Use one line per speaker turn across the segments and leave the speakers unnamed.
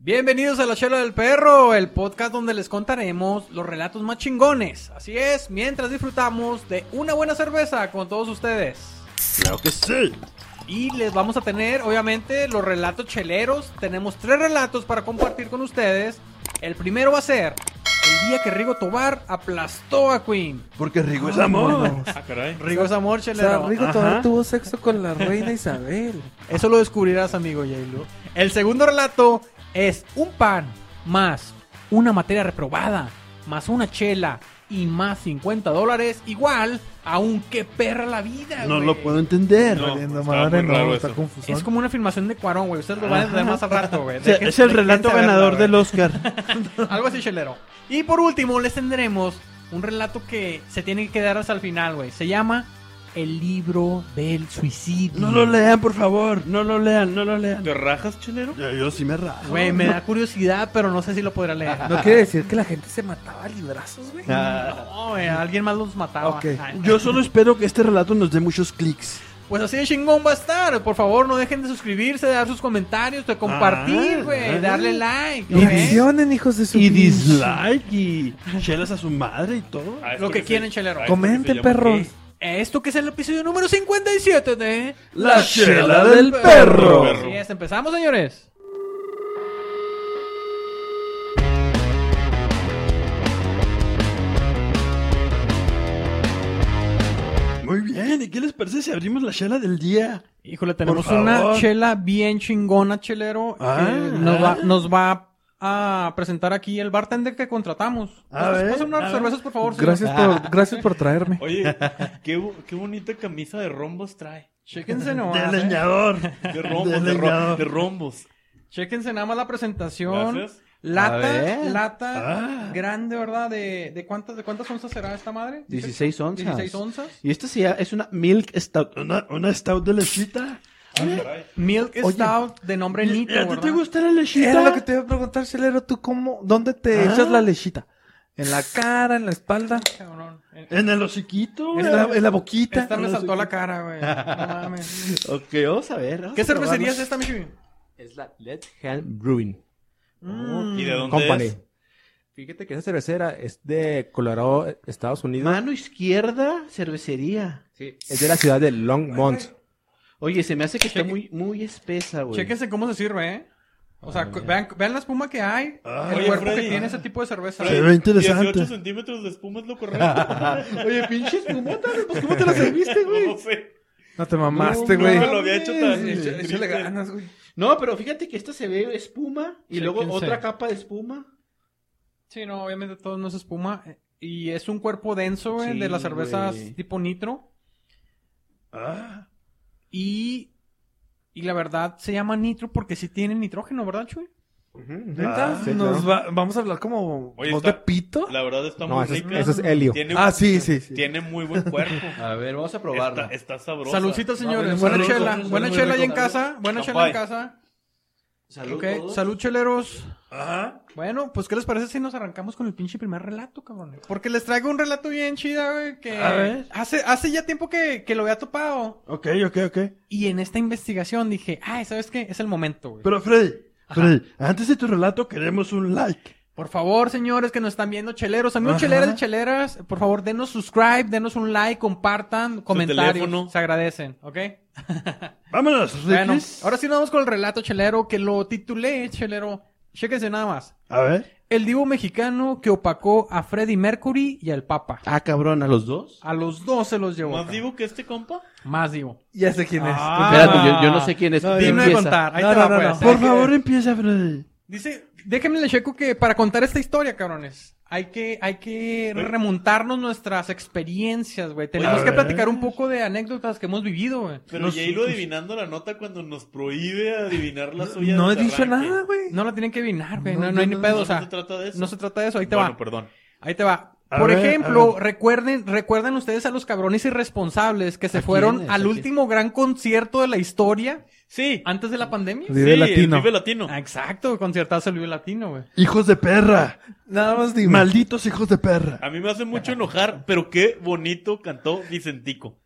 Bienvenidos a La Chela del Perro, el podcast donde les contaremos los relatos más chingones. Así es, mientras disfrutamos de una buena cerveza con todos ustedes.
Claro que sí.
Y les vamos a tener, obviamente, los relatos cheleros. Tenemos tres relatos para compartir con ustedes. El primero va a ser el día que Rigo Tobar aplastó a Queen.
Porque Rigo es amor.
Ah, caray.
Rigo es amor,
O sea,
chelero.
Rigo
Ajá.
Tobar tuvo sexo con la reina Isabel.
Eso lo descubrirás, amigo Yailu. El segundo relato es un pan más una materia reprobada más una chela y más 50 dólares igual a un qué perra la vida,
No
güey.
lo puedo entender.
No.
Valiendo
estaba
madre,
muy
no,
raro
está
eso.
confuso.
Es como una afirmación de Cuarón, güey. Ustedes lo van a entender más al rato, güey.
O sea,
Dejen-
es el
dejen
relato
saberla,
ganador
güey.
del Oscar.
Algo así, chelero. Y por último, les tendremos un relato que se tiene que quedar hasta el final, güey. Se llama El libro del suicidio.
No lo lean, por favor. No lo lean, no lo lean.
¿Te rajas, chelero?
Yo, yo sí me rajo.
Güey, me da curiosidad, pero no sé si lo podrá leer.
No quiere decir que la gente se mataba a librazos, güey.
Ah,
No, güey, alguien más los mataba.
Ok.
Ay.
Yo solo espero que este relato nos dé muchos clics.
Pues así de chingón va a estar. Por favor, no dejen de suscribirse, de dar sus comentarios, de compartir,
Ah,
güey.
ah.
darle like.
Y
¿ok?
visionen, hijos de su
Y
pinche-
dislike y chelas a su madre y todo.
Ah, es
Lo
porque
que quieren, chelero.
ah, es porque
Comenten,
se llama
perros.
gay.
Esto que es el episodio número 57 de...
La
chela
del
perro.
Así es, empezamos, señores.
Muy bien, ¿y qué les parece si abrimos la chela del día?
Híjole, tenemos
Por
una
favor.
chela bien chingona, chelero.
Ah.
que nos, va, nos va a presentar aquí el bartender que contratamos.
A
Entonces,
ver,
pasa unas cervezas, por favor.
Gracias por, gracias por traerme.
Oye, qué, bu- qué bonita camisa de rombos trae.
Chéquense nomás.
Del
eh.
leñador.
De
De
rombos, de, ro-
leñador.
de rombos.
Chéquense nada más la presentación.
Gracias.
A
Lata,
ver.
lata
Ah.
grande, ¿verdad? ¿De, de, cuántas, ¿De cuántas onzas será esta madre?
16 onzas.
16 onzas.
Y esta sí es una milk stout.
Una, una stout de lechita.
Ah, caray.
Milk
Oye,
Stout de nombre
¿Y-
Nito,
¿y ¿A ti
¿verdad?
te gusta la lechita?
Era lo que te iba a preguntar, Chelero. ¿Tú cómo? ¿Dónde te
Ah.
echas la lechita? ¿En la cara? ¿En la espalda?
Cabrón.
En el hociquito.
¿En
güey.
la, en la boquita?
Esta me saltó la cara, güey. No mames.
Ok, vamos a ver. vamos
¿Qué
a
cervecería es
probarla.
esta, Michi?
Es la Let Hand Brewing
Mm.
¿Y de dónde
Company.
es?
Fíjate que esa cervecera es de Colorado, Estados Unidos.
Mano izquierda, cervecería.
Es de la ciudad de Longmont.
Oye, se me hace que está
Cheque-
muy, muy espesa, güey.
Chéquense cómo se sirve, ¿eh? O
Ah,
sea, cu- vean, vean la espuma que hay,
Ah.
el
Oye,
cuerpo que
Freddy.
tiene ese tipo de cerveza.
Se ve interesante.
18 centímetros de espuma es lo correcto.
Oye, pinche espumota, güey, pues, ¿cómo te la serviste, güey?
no sé.
No te mamaste,
No,
güey.
No me lo había hecho tan...
Échale- échale ganas, güey.
No, pero fíjate que esta se ve espuma y luego
Chéquense.
otra capa de espuma.
Sí, no, obviamente todo no es espuma. eh, Y es un cuerpo denso, güey, de las
Sí,
cervezas
güey.
tipo nitro.
Ah,
Y, y la verdad se llama nitro porque sí tiene nitrógeno, ¿verdad, Chuy?
¿Neta?
Ah,
sí,
Nos
claro.
va- vamos a hablar como
Oye,
voz
está-
de pito.
La verdad está
No,
muy
eso es-
rica.
eso es helio.
Tiene,
Ah, sí, sí, sí.
tiene muy buen cuerpo.
A ver, vamos a
está, está sabrosa.
Saludcita, señores.
bueno,
buena
salud,
chela.
salud,
buena
salud,
chela
muy
ahí en
rico.
casa. Buena chela en casa.
Salud.
Ok,
todos.
Salud, cheleros.
ah.
Bueno, pues, ¿qué les parece si nos arrancamos con el pinche primer relato, cabrón? Porque les traigo un relato bien chida, güey, que
A ver.
hace, hace ya tiempo que, que lo había topado.
Ok, ok, ok.
Y en esta investigación dije, ay, ¿sabes qué? Es el momento, güey.
Pero Freddy, Freddy, antes de tu relato queremos un like.
Por favor, señores que nos están viendo, cheleros, amigos
Ajá.
cheleras y cheleras, por favor, denos subscribe, denos un like, compartan, comentarios.
teléfono.
Se agradecen, ¿ok?
Vámonos, Ricky.
Bueno, ahora sí nos vamos con el relato chelero que lo titulé, chelero. Chéquense nada más.
A ver.
El divo mexicano que opacó a Freddie Mercury y al Papa.
Ah, cabrón, ¿a los dos?
A los dos se los llevó.
¿Más
acá.
digo que este compa?
Más divo.
Ya sé quién es.
Ah.
Espérate, yo, yo no sé quién es.
No,
¿Quién
Digno de
empieza?
contar. Ahí
No,
te
no,
va,
no,
pues.
no.
Hay
Por
que-
favor, empieza, Freddy.
Dice, déjenme le checo que para contar esta historia, cabrones, hay que, hay que remontarnos nuestras experiencias, güey. Tenemos
a
que
ver.
platicar un poco de anécdotas que hemos vivido, güey.
Pero ya lo adivinando la nota cuando nos prohíbe adivinar la suya.
No he
desde
dicho
arranque.
nada, güey.
No la tienen que adivinar, güey. No,
No,
no
no,
hay ni
no,
pedo,
No,
o sea,
no se trata de eso.
no se trata de eso. Ahí te
bueno, pues,
va.
perdón.
Ahí te va.
A
Por
ver, a
ejemplo,
ver.
recuerden, recuerden ustedes a los cabrones irresponsables que se
¿A
fueron
quiénes? ¿A
al
quién?
último gran concierto de la historia
Sí.
antes de la pandemia.
Vive
sí,
Latino.
el Vive Latino.
Ah, exacto, conciertazo el Vive Latino, güey.
Hijos de perra.
Nada más dime.
Malditos hijos de perra.
A mí me hace mucho enojar, pero qué bonito cantó Vicentico.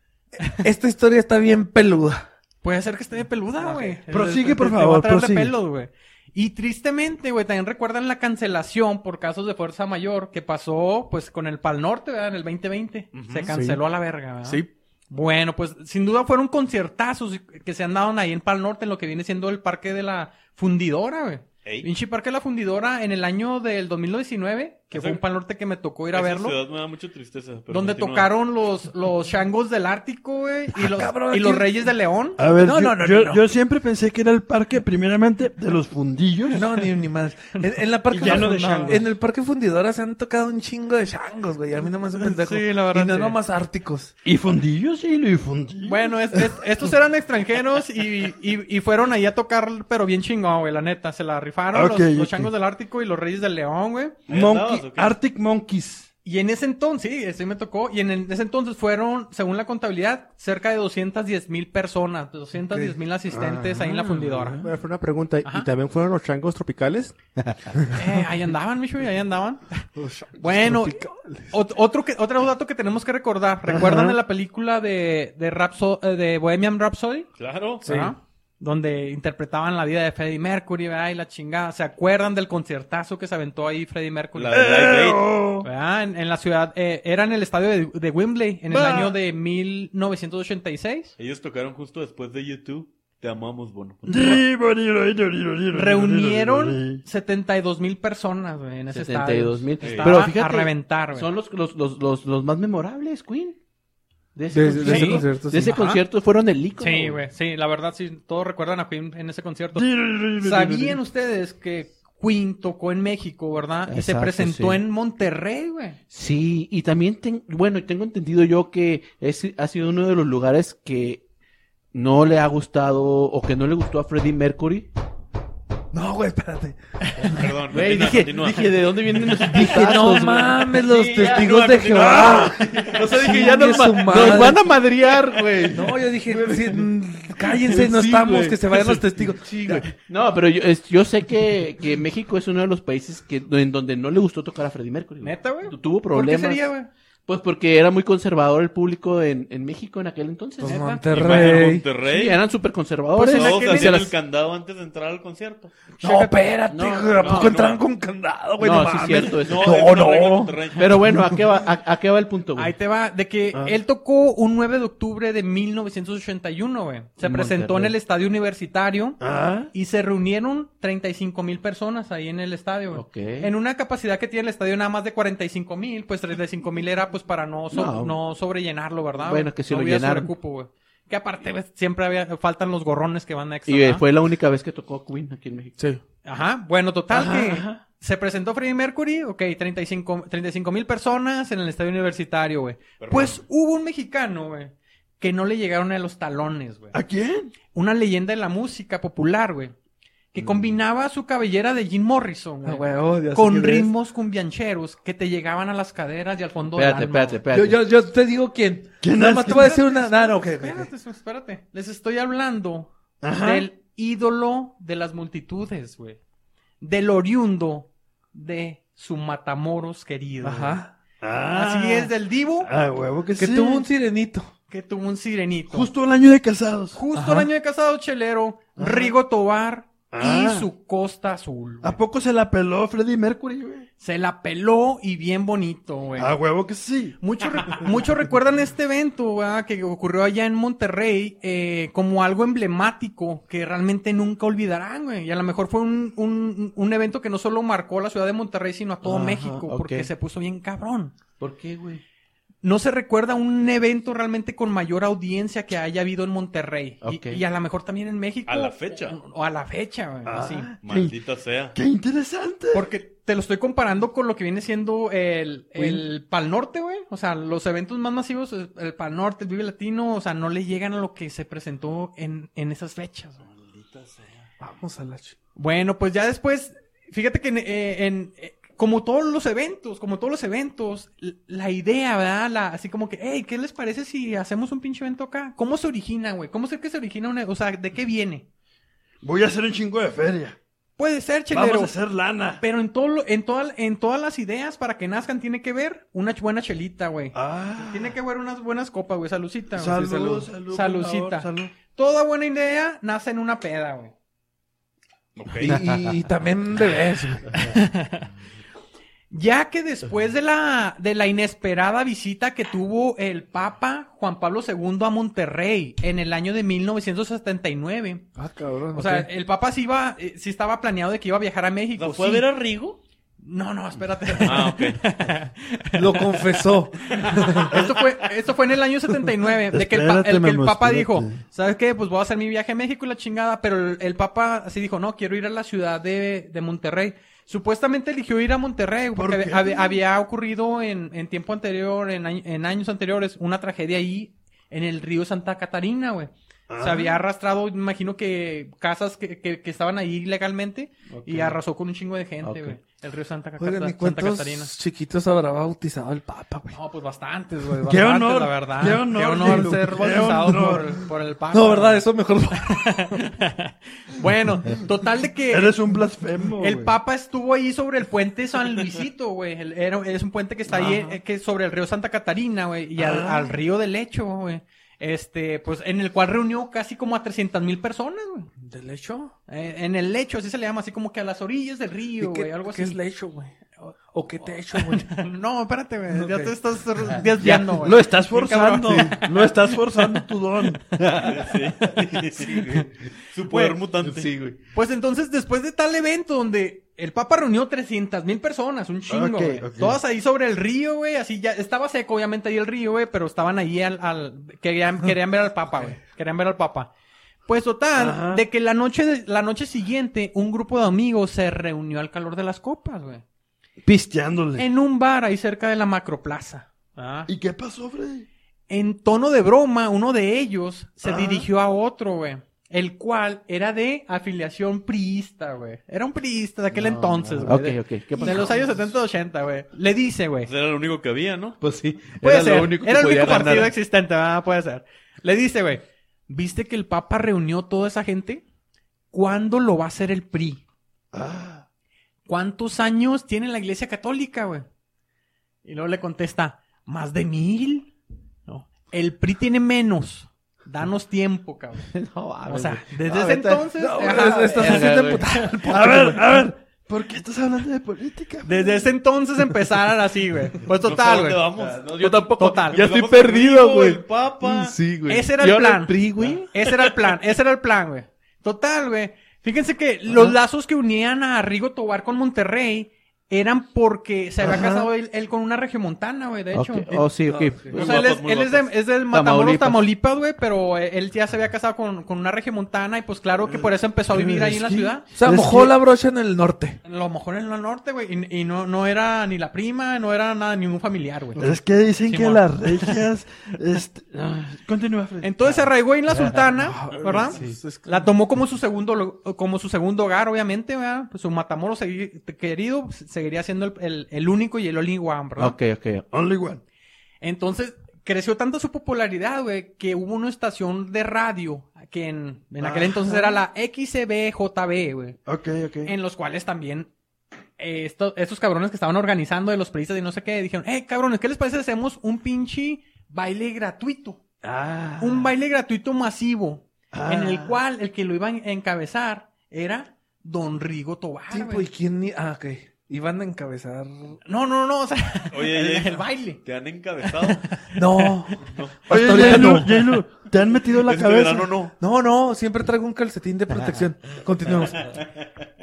Esta historia está bien peluda.
Puede ser que esté de peluda, güey.
Prosigue,
Te-
por
te- te
favor,
va a traer de
prosigue.
pelos, güey. Y tristemente, güey, también recuerdan la cancelación por casos de fuerza mayor que pasó, pues, con el Pal Norte, ¿verdad? En el 2020. Se canceló a la verga, ¿verdad?
Sí.
Bueno, pues, sin duda fueron conciertazos que se han dado ahí en Pal Norte, en lo que viene siendo el Parque de la Fundidora, güey.
Ey,
Vinci Parque de la Fundidora en el año del 2019, que
Ese-
fue un Pal Norte que me tocó ir a
esa
verlo.
ciudad me da mucha tristeza. pero
donde
continúa.
tocaron los, los changos del Ártico, güey,
Ah,
y los,
cabrón,
y los
¿quién-
reyes de León.
A ver,
no,
yo,
no, no,
yo-
no.
yo siempre pensé que era el parque, primeramente, de los fundillos.
No, ni, ni más. En, en la parque
Y ya no de
no,
changos.
en el parque fundidora se han tocado un chingo de changos, güey. A mí nomás un pendejo.
Sí, la verdad,
Y no
sí.
nomás árticos.
Y fundillos, sí, y fundillos.
Bueno, es- es- estos eran extranjeros y, y- y fueron ahí a tocar, pero bien chingón, güey, la neta. Se la rifaron los-
Ok,
los,
ok.
changos del Ártico y los reyes del León, güey.
¿Ahí
Monkey-
andabas o qué?
Arctic Monkeys.
Y en ese entonces, sí, ese me tocó. Y en el- ese entonces fueron, según la contabilidad, cerca de 210 mil personas, 210 mil asistentes ahí en
Ah,
la fundidora.
Bueno, fue una pregunta.
Ajá.
¿Y también fueron los changos tropicales?
Eh, ahí andaban, Michu, ahí andaban. Bueno, ot- otro, que, otro dato que tenemos que recordar. ¿Recuerdan de la película de, de, Rhapso- eh, de Bohemian Rhapsody?
Claro.
¿verdad? Donde interpretaban la vida de Freddie Mercury, ¿verdad? Y la chingada. ¿Se acuerdan del conciertazo que se aventó ahí Freddie Mercury?
La de Live Aid.
¿Verdad? En, en la ciudad, eh, era en el estadio de, de Wembley en el
Ah.
año de 1986.
Ellos tocaron justo después de YouTube. Te amamos, Bono.
Reunieron 72 mil personas güey, en ese
72 mil.
Sí.
estadio.
Pero
Estaba
fíjate,
a reventar, güey.
Son los, los, los, los, los más memorables, Queen. De ese,
De- de
concierto.
ese
Sí.
concierto,
De ese
sí.
concierto fueron el ícono.
Sí, güey, sí, la verdad, sí, todos recuerdan a Queen en ese concierto. ¿Sabían ustedes que Queen tocó en México, verdad? y se
Exacto,
presentó
sí.
en Monterrey, güey.
Sí, y también, ten- bueno, y tengo entendido yo que es, ha sido uno de los lugares que no le ha gustado o que no le gustó a Freddie Mercury.
No, güey, espérate.
Perdón,
Güey,
continúa,
dije,
continúa.
dije, ¿de dónde vienen los
Dije, no mames, los testigos de Jehová.
O sea, dije, ya nos,
Chingue su
ma-
madre.
nos van a madrear, güey.
No, yo dije, sí, mm, cállense, no estamos, que se vayan los testigos.
No, pero yo, es- yo sé que, que México es uno de los países que, en donde no le gustó tocar a Freddie Mercury. güey.
¿Neta, güey? ¿Por
Tuvo
qué
problemas.
sería, güey?
Pues porque era muy conservador el público en, en México en aquel entonces.
Pues
¿neta?
Bueno,
Monterrey.
Sí,
Monterrey.
eran súper conservadores.
Pues en
Todos
aquel-
hacían
las-
el candado antes de entrar al concierto.
No, espérate,
No,
güey, ¿a
no,
poco
no.
entraron con candado, güey? No,
No, Pues, sí es
mames.
cierto eso.
No,
es una
no.
regla de Monterrey.
Pero bueno, ¿a qué va, a, a qué va el punto, güey? Ah.
Ahí te va, de que él tocó un 9 de octubre de 1981, güey. Se
En
presentó en
Monterrey.
el estadio universitario
Ah,
y se reunieron 35 mil personas ahí en el estadio, güey.
Ok.
En una capacidad que tiene el estadio nada más de 45 mil, pues 35 mil era pues para no, so-
No.
no sobrellenarlo, ¿verdad?
Bueno,
güey?
que sí
No
lo
había
llenaron.
sobrecupo, güey. Que aparte güey, siempre había, faltan los gorrones que van a extra.
Y eh,
¿verdad?
fue la única vez que tocó Queen aquí en México.
Sí.
Ajá, bueno, total
Ajá,
que
ajá.
se presentó Freddie Mercury, ok, 35 mil personas en el estadio universitario, güey.
Perdón.
Pues hubo un mexicano, güey, que no le llegaron a los talones, güey.
¿A quién?
Una leyenda de la música popular, güey,
Mm.
que combinaba su cabellera de Jim Morrison,
Ah,
güey,
güey, oh, ya sé
con
quién eres.
ritmos cumbiancheros que te llegaban a las caderas y al fondo del
Espérate,
alma,
espérate,
güey.
espérate.
Yo, yo, yo te digo quién.
¿Quién
Nada
es?
más te voy a decir una. No, no, ok, ok, ok.
Espérate, espérate. Les estoy hablando
Ajá.
del ídolo de las multitudes, güey. Del oriundo de su matamoros querido. güey.
Ajá.
Ah.
Así es, del divo
Ah, huevo que,
Que
sí.
tuvo un sirenito.
que tuvo un sirenito.
Justo el año de casados.
Justo
Ajá.
el año de casado, Chelero, Rigo Tobar
Ah.
y su Costa Azul. güey.
¿A poco se la peló Freddie Mercury, güey?
Se la peló y bien bonito, güey.
A huevo que sí.
Muchos re- muchos recuerdan este evento ¿verdad? que ocurrió allá en Monterrey eh, como algo emblemático que realmente nunca olvidarán, güey. Y a lo mejor fue un, un, un evento que no solo marcó a la ciudad de Monterrey, sino a todo
Ajá,
México,
ok.
porque se puso bien cabrón.
¿Por qué, güey?
No se recuerda un evento realmente con mayor audiencia que haya habido en Monterrey. Y-
Ok.
Y, a lo mejor también en México.
A la fecha.
O a la fecha, güey.
Ah.
sí.
Maldita sea.
¡Qué interesante!
Porque te lo estoy comparando con lo que viene siendo el, el Pal Norte, güey. O sea, los eventos más masivos, el el Pal Norte, el Vive Latino, o sea, no le llegan a lo que se presentó en, en esas fechas. güey.
Vamos a la ch-
Bueno, pues ya después, fíjate que en, eh, en- eh, como todos los eventos, como todos los eventos, l- la idea, ¿verdad? La, así como que, hey, ¿qué les parece si hacemos un pinche evento acá? ¿Cómo se origina, güey? ¿Cómo es que se origina una, o sea, de qué viene?
Voy a hacer un chingo de feria.
Puede ser, chelero.
Vamos a hacer lana.
Pero en todo, lo- en toda- en todas las ideas para que nazcan tiene que ver una ch- buena chelita, güey.
Ah.
Tiene que ver unas buenas copas, güey. Salucita, güey.
Salud,
Sí, salud.
salud, por
Salucita.
favor, salud.
Toda buena idea nace en una peda, güey.
Ok.
Y, y también bebés. güey.
Ya que después de la, de la inesperada visita que tuvo el Papa Juan Pablo II a Monterrey en el año de 1979,
Ah, cabrón.
o sea,
ok.
el Papa sí iba, eh, sí estaba planeado de que iba a viajar a México.
¿La fue a
sí.
ver a Rigo?
No, no, espérate.
Ah, ok.
lo confesó.
esto, fue, esto fue en el año 79, de que el, pa- el
Espérate,
que el
mamá,
Papa
espérate.
dijo, ¿sabes qué? Pues voy a hacer mi viaje a México y la chingada, pero el, el Papa así dijo, no, quiero ir a la ciudad de, de Monterrey. Supuestamente eligió ir a Monterrey porque
qué?
hab- hab- había ocurrido en, en tiempo anterior, en, añ- en años anteriores, una tragedia ahí en el río Santa Catarina, güey. Se había arrastrado, imagino que casas que, que- que estaban ahí ilegalmente y arrasó con un chingo de gente,
Ok.
güey. El río Santa, Cata-
Oigan, ¿y
Santa
cuántos
Catarina.
chiquitos habrá bautizado el Papa, güey?
No, pues bastantes, güey.
Qué
bastantes,
honor,
La verdad.
qué honor, Lilo,
ser
qué
bautizado
honor.
Por, por el Papa.
Ah, No, ¿verdad? Eso mejor.
Bueno, total de que
Eres un blasfemo.
el
güey.
Papa estuvo ahí sobre el puente San Luisito, güey. El- era- Es un puente que está ahí
Ajá.
eh, que es sobre el río Santa Catarina, güey. Y al, al río de Lecho, güey. Este, pues en el cual reunió casi como a 300 mil personas, güey.
¿De lecho?
Eh, en el lecho, así se le llama, así como que a las orillas del río,
¿Y
güey,
qué,
algo
qué
así.
es lecho, güey? ¿O qué techo, güey?
No, espérate, güey, ya
Ok.
te estás
Ya,
desviando, güey.
lo estás
Bien
forzando.
cabrón.
Lo estás forzando tu don.
Sí. Sí, güey. Su poder mutante. Sí, güey.
Pues entonces, después de tal evento donde el Papa reunió 300 mil personas, un chingo,
Ok,
güey.
ok.
Todas ahí sobre el río, güey, así ya, estaba seco obviamente ahí el río, güey, pero estaban ahí al, al- querían, querían ver al Papa, güey, querían ver al Papa. Pues total,
Ajá.
de que la noche, de- la noche siguiente, un grupo de amigos se reunió al calor de las copas, güey.
Pisteándole.
En un bar ahí cerca de la Macroplaza. ¿ah?
¿Y qué pasó, Freddy?
En tono de broma, uno de ellos se
Ajá.
dirigió a otro, güey. El cual era de afiliación priista, güey. Era un priista de aquel entonces, güey.
Ok,
de,
ok. ¿Qué
de
pasó?
los años 70, 80, güey. Le dice, güey.
Pues era lo único que había, ¿no?
Pues sí.
Puede
era
ser.
lo único que
era el
podía
único partido
ganar.
existente, ¿verdad? Puede ser. Le dice, güey. ¿Viste que el Papa reunió toda esa gente? ¿Cuándo lo va a hacer el PRI?
Ah,
¿Cuántos años tiene la Iglesia Católica, güey? Y luego le contesta, más de mil. No. El PRI tiene menos. Danos tiempo, cabrón.
No, mames,
O sea,
No,
desde ese
vete.
entonces,
No,
ajá,
es- estás
verga,
haciendo
güey.
emputar al
a
Papa,
ver,
güey.
a ver. ¿Por qué estás hablando de política?
desde ese entonces empezaron así, güey. Pues total,
No sé
güey.
a dónde vamos. No,
yo tampoco.
Total.
Ya estoy
Empezamos con
perdido,
Rigo,
güey.
El Papa.
Sí, güey.
Ese era el
Y ahora
plan.
PRI, güey.
Ese era el plan, ese era el plan, güey. Total, güey. Fíjense que los lazos que unían a Rigo Tobar con Monterrey eran porque se había
Ajá.
casado él, él con una regiomontana, güey, de hecho. Eh,
Ok. Oh, sí, ok.
O
Muy
sea, él es,
guapas, muy
él es de,
guapas.
es del Matamoros,
Tamaulipas.
Tamaulipas, güey, pero eh, él ya se había casado con, con una regiomontana y pues claro que por eso empezó a vivir ahí en la ciudad.
O sea,
Ah, Es
mojó
que-
la brocha en el norte.
A lo mejor en el norte, güey, y, y no, no era ni la prima, no era nada, ningún familiar, güey.
Es que dicen que
Simón.
las regias. Este... ah, Continúa, Freddy.
Entonces se arraigó en la sultana, ¿verdad?
Sí. Es que-
La tomó como su segundo lo- como su segundo hogar, obviamente, ¿verdad? Pues su Matamoros segui- querido pues, seguiría siendo el, el- el único y el only one, ¿verdad?
Ok, ok.
Only one.
Entonces, creció tanto su popularidad, güey, que hubo una estación de radio que en, en aquel entonces era la XCBJB, güey.
Ok, ok.
En los cuales también eh, esto- estos cabrones que estaban organizando de los periodistas y no sé qué, dijeron, eh, cabrones, ¿qué les parece si hacemos un pinche baile gratuito?
Ah.
Un baile gratuito masivo
Ah.
en el cual el que lo iba a encabezar era Don Rigo Tobar.
Sí,
güey.
pues, ¿quién ni- Ah, ok. Iban a encabezar.
No, no, no, o sea,
Oye,
el,
Jason.
el baile.
Te han encabezado.
No.
Oye,
Hasta ahorita
Yailu,
no.
Yailu, te han metido la
este
cabeza.
verano no.
No, no, siempre traigo un calcetín de protección. Continuemos.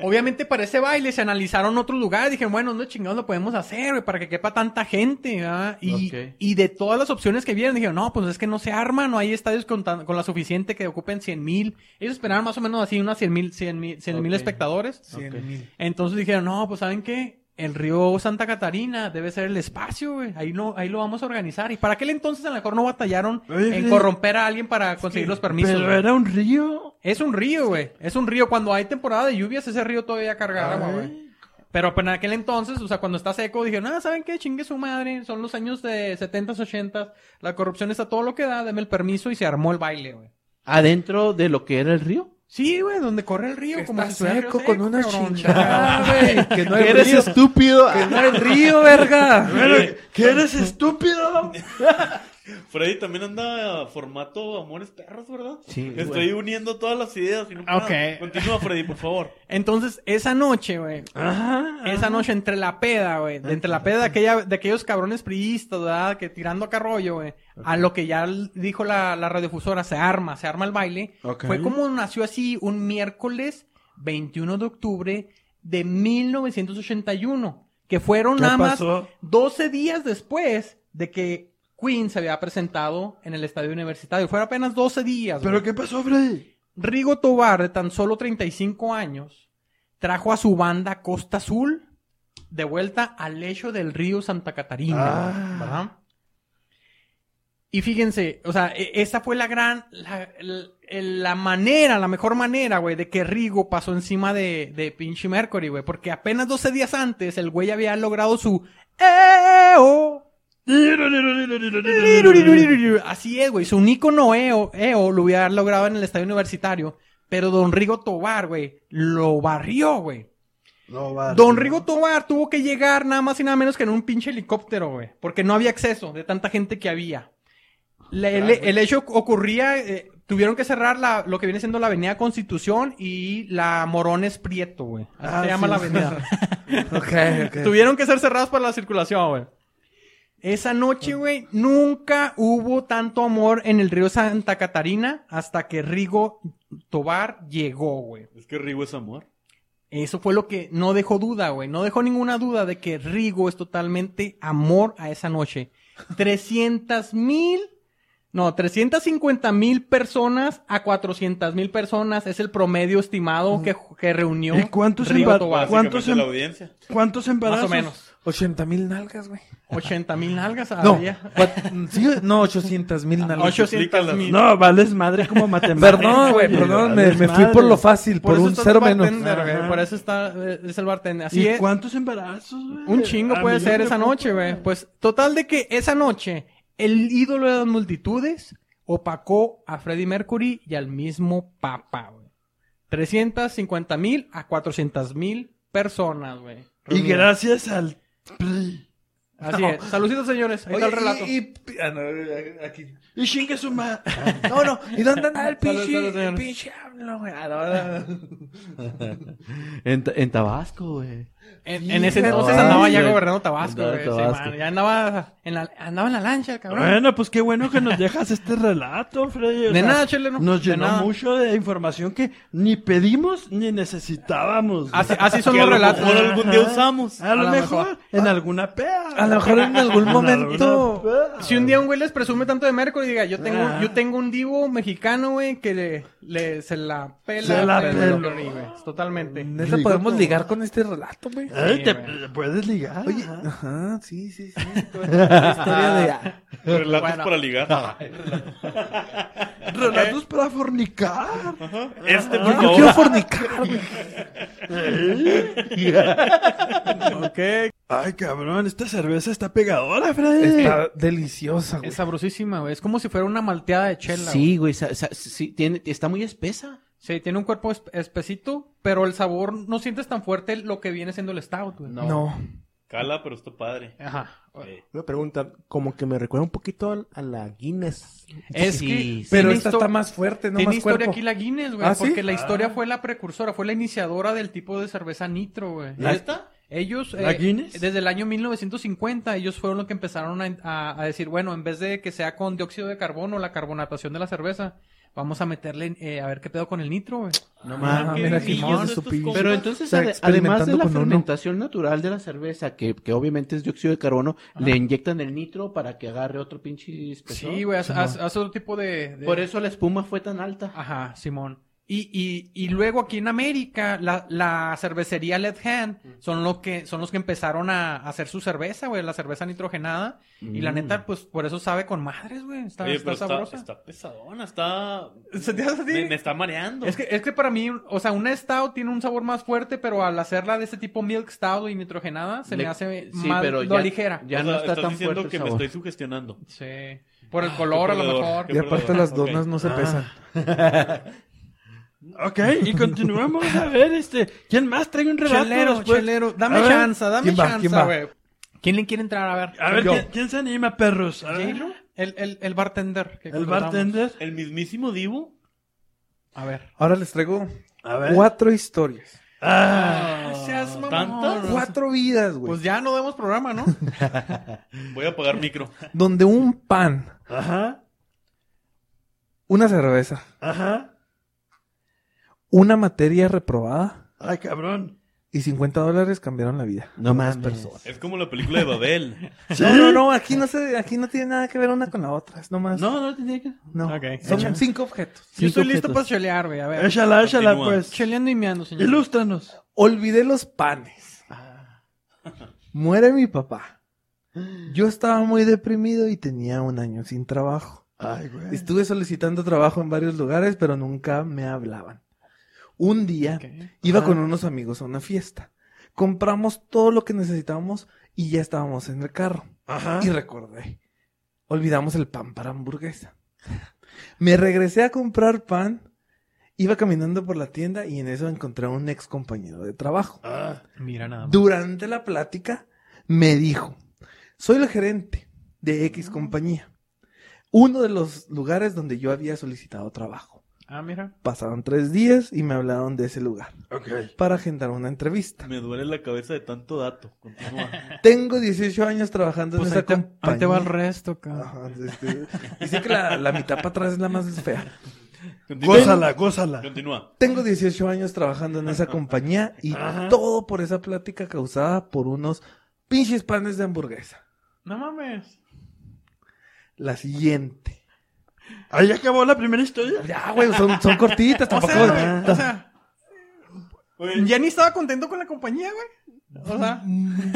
Obviamente para ese baile se analizaron otros lugares. Dijeron, bueno, ¿dónde chingados lo podemos hacer güey, para que quepa tanta gente? ¿verdad? Y,
Ok.
y de todas las opciones que vieron, dijeron, no, pues es que no se arma, no hay estadios con, tan- con la suficiente que ocupen 100 mil. Ellos esperaban más o menos así unas 100 mil 100 mil
Ok.
espectadores.
Cien
Ok.
mil.
Entonces dijeron, no, pues ¿saben qué? El río Santa Catarina debe ser el espacio, güey. Ahí lo, ahí lo vamos a organizar. Y para aquel entonces a lo mejor no batallaron
Oye,
en
Freddy.
corromper a alguien para conseguir los permisos.
Pero
güey.
era un río.
Es un río, güey. Es un río. Cuando hay temporada de lluvias, ese río todavía carga agua, güey. Pero pues, en aquel entonces, o sea, cuando está seco, dijeron, ah, ¿saben qué? Chingue su madre. Son los años de 70s, 80s. La corrupción está todo lo que da. Deme el permiso y se armó el baile, güey.
Adentro de lo que era el río.
Sí, güey, donde corre el río.
Que
Como
está
si fuera río
seco con una
cabrón.
chingada, güey. Que no hay
eres
río.
estúpido.
Que no hay río, verga.
Pero, ¿Qué eres estúpido?
Freddy también anda a formato Amores Perros, ¿verdad?
Sí,
Estoy uniendo todas las ideas. y no puedo.
Ok.
Continúa, Freddy, por favor.
Entonces, esa noche, güey. Esa noche entre la peda, güey. de Entre la peda de, aquella, de aquellos cabrones priistas, ¿verdad? Que tirando acá rollo, güey. A lo que ya l- dijo la, la radiofusora, se arma, se arma el baile.
Ok.
Fue como nació así un miércoles 21 de octubre de 1981. Que fueron
¿Qué
nada
pasó?
más 12 días después de que Queen se había presentado en el estadio universitario. Fueron apenas 12 días, güey.
¿Pero qué pasó, Freddy?
Rigo Tobar, de tan solo 35 años, trajo a su banda Costa Azul de vuelta al lecho del río Santa Catarina.
Ah.
¿verdad? Y fíjense, o sea, e- esa fue la gran, la, el- el- la manera, la mejor manera, güey, de que Rigo pasó encima de, de pinche Mercury, güey, porque apenas 12 días antes el güey había logrado su... E ¡Eo! Así es, güey. Su ícono E EO, EO lo hubiera logrado en el estadio universitario. Pero Don Rigo Tobar, güey, lo barrió, güey.
No, va.
Don Rigo Tobar tuvo que llegar nada más y nada menos que en un pinche helicóptero, güey. Porque no había acceso de tanta gente que había. La- el, el hecho ocurría, eh, tuvieron que cerrar la, lo que viene siendo la avenida Constitución y la Morones Prieto, güey. Así
Ah,
se llama
sí,
la
sí.
avenida.
Ok, ok.
Tuvieron que ser cerrados para la circulación, güey. Esa noche, güey, nunca hubo tanto amor en el río Santa Catarina hasta que Rigo Tobar llegó, güey.
Es que Rigo es amor.
Eso fue lo que no dejó duda, güey. No dejó ninguna duda de que Rigo es totalmente amor a esa noche. 300 mil, no, 350 mil personas a 400 mil personas es el promedio estimado que, que reunió.
¿Y cuántos
Rigo
embar-
Tobar.
¿Cuántos
¿Cuántos
em-
la audiencia?
¿Cuántos
Más
embarazos?
o menos.
80 mil nalgas, güey.
80 mil nalgas ah,
No,
había.
cua- sí, no, 800 mil nalgas.
800 mil.
No, vales madre como matemáticas.
Perdón, güey, perdón, me, me fui por lo fácil, por,
eso
un
estás
cero menos.
bartender, güey, Por eso está, eh, es el bartender. Así
¿Y
es.
cuántos embarazos, güey?
Un chingo
A
puede
millón
ser
de
esa noche, güey. Pues total de que esa noche el ídolo de las multitudes opacó a Freddie Mercury y al mismo Papa, güey. 350 mil a 400 mil personas, güey.
Y
reunidas.
gracias al PRI.
Así es. Saluditos, señores. Ahí
Oye,
está el relato.
y- y- ah, no, eh, aquí.
Y chingue su madre.
No, no, ¿y dónde anda el
Salud,
pinche?
salud,
El
señores.
pinche hablo, güey. Ah, no, no.
En, Ta- en Tabasco, güey.
En, en ese
Híjole.
entonces andaba ya
Ay, güey.
gobernando Tabasco,
Andaba
güey. sí,
Tabasco.
man. ya andaba en la, andaba en la lancha, el cabrón.
Bueno, pues qué bueno que nos dejas este relato, Freddy. O
de
sea,
nada, chileno.
Nos
de
llenó
nada.
mucho de información que ni pedimos ni necesitábamos.
Así, así son
Que a
los
lo
relatos.
mejor algún día usamos.
A lo,
a lo
mejor,
mejor.
en alguna pea.
A lo mejor en algún momento.
Si un día un güey les presume tanto de Mercury, diga, yo tengo, yo tengo un divo mexicano, güey, que le, le- se la pela.
Se la
Freddie
peló.
Mercury, güey, Totalmente.
Neta, podemos ligar con este relato, güey.
Ay, te
güey.
puedes ligar.
Oye,
ajá.
ajá, sí, sí, sí. toda esta historia de. ah,
Relatos
Bueno.
para ligar.
eh,
relatos para fornicar.
Este, por
Yo
favor.
quiero fornicar, güey.
Ok.
Ay, cabrón, esta cerveza está pegadora, Freddy.
Está deliciosa, güey.
Es sabrosísima, güey. Es como si fuera una malteada de chela. güey.
Sí, güey. sa- sa- sí, tiene, está muy espesa.
Sí, tiene un cuerpo es- espesito, pero el sabor no sientes tan fuerte lo que viene siendo el stout, güey.
No.
Cala, pero está padre.
Ajá.
Eh,
Una pregunta, como que me recuerda un poquito al- a la Guinness.
Es
Sí,
que
sí.
Pero
tiene
esta
histo-
está más fuerte, no
tiene
más
historia
cuerpo.
aquí la Guinness, güey,
¿Ah, sí?
porque la historia fue la precursora, fue la iniciadora del tipo de cerveza nitro, güey.
¿Neta?
Ellos,
¿La
eh,
Guinness?
desde el año 1950, ellos fueron los que empezaron a, a- a decir, bueno, en vez de que sea con dióxido de carbono la carbonatación de la cerveza, vamos a meterle, eh, a ver qué pedo con el nitro, güey.
No
Ah,
mames,
qué
mira,
brillo
Jimón de
de
su
estos
pinche.
compas.
Pero entonces,
Está
ade- además de
experimentando
la
con uno.
fermentación natural de la cerveza, que, que obviamente es dióxido de carbono, le inyectan el nitro para que agarre otro pinche espesor.
Sí, güey, haz, haz- haz otro tipo de... de-
Por eso la espuma fue tan alta.
Ajá, Simón. Y, y, y luego aquí en América, la, la cervecería Led Hand son, lo que, son los que empezaron a, a hacer su cerveza, güey, la cerveza nitrogenada. Y la
Mm.
neta, pues por eso sabe con madres, güey. Está,
Oye,
está
pero está,
sabrosa.
está pesadona, está...
¿Se te hace así?
Me, me está mareando.
Es que, es que para mí, o sea, una stout tiene un sabor más fuerte, pero al hacerla de ese tipo milk stout y nitrogenada, se
Mm. Le-
me hace
sí,
más
pero
lo
ya-
ligera.
Ya
O
no
sea,
está
estás
tan
diciendo
fuerte el
que
sabor.
me estoy sugestionando.
Sí. Por el color, a lo
perdedor,
mejor.
qué
Y aparte
perdedor.
las
Ok.
donas no se pesan.
Ok, y continuamos a ver, este, ¿quién más trae un relato?
Chelero,
después?
chelero.
A
Dame
ver,
chance, dame
¿quién va?
chance,
¿quién va?
güey. ¿Quién le quiere entrar? A ver.
A ver,
Yo.
¿quién, quién se anima, perros? A ver.
¿J-Lo? El, el, el bartender. que
¿El
contratamos.
bartender?
¿El mismísimo Divo?
A ver.
Ahora les traigo
A ver.
cuatro historias.
Ah,
seas mamón.
¿tantas?
Cuatro vidas, güey.
Pues ya no vemos programa, ¿no?
Voy a pagar micro.
Donde un pan,
Ajá,
una cerveza,
ajá.
una materia reprobada
Ay, cabrón.
y 50 dólares cambiaron la vida.
No más personas.
Es como la película de Babel.
¿Sí?
No, no, no, aquí no, se, aquí no tiene nada que ver una con la otra. Es nomás.
No, no tenía que.
no.
Ok.
Son
Échale.
cinco objetos.
Yo estoy
Cinco
listo
objetos.
para chelear, güey. A ver.
Échala, échala,
Continúa.
pues.
Cheleando y meando, señor.
Ilústranos.
Olvidé los panes.
Ah.
Muere mi papá. Yo estaba muy deprimido y tenía un año sin trabajo.
Ay, güey.
Estuve solicitando trabajo en varios lugares, pero nunca me hablaban. Un día
Ok.
Ah.
iba con unos amigos a una fiesta. Compramos todo lo que necesitábamos y ya estábamos en el carro.
Ajá.
Y
Ah.
recordé, olvidamos el pan para hamburguesa. Me regresé a comprar pan, iba caminando por la tienda y en eso encontré a un ex compañero de trabajo.
Ah,
Mira nada más.
Durante la plática me dijo, soy el gerente de X
Ah.
compañía, uno de los lugares donde yo había solicitado trabajo.
Ah, mira.
Pasaron tres días y me hablaron de ese lugar
ok.
para agendar una entrevista.
Me duele la cabeza de tanto dato. Continúa.
Tengo 18 años trabajando
Ah. Pues ahí
en esa
te, ahí
compañía.
te va el resto, cabrón.
Ajá, este, dice que la, la mitad para atrás es la más fea.
Continúa.
Gózala, gózala.
Continúa.
Tengo 18 años trabajando en esa compañía y
Ajá.
todo por esa plática causada por unos pinches panes de hamburguesa.
No mames.
La siguiente.
Ahí acabó la primera historia.
Ya, güey, son, son cortitas,
O
tampoco.
sea, güey, o sea,
Oye,
ya ni estaba contento con la compañía, güey. O sea,
Mm,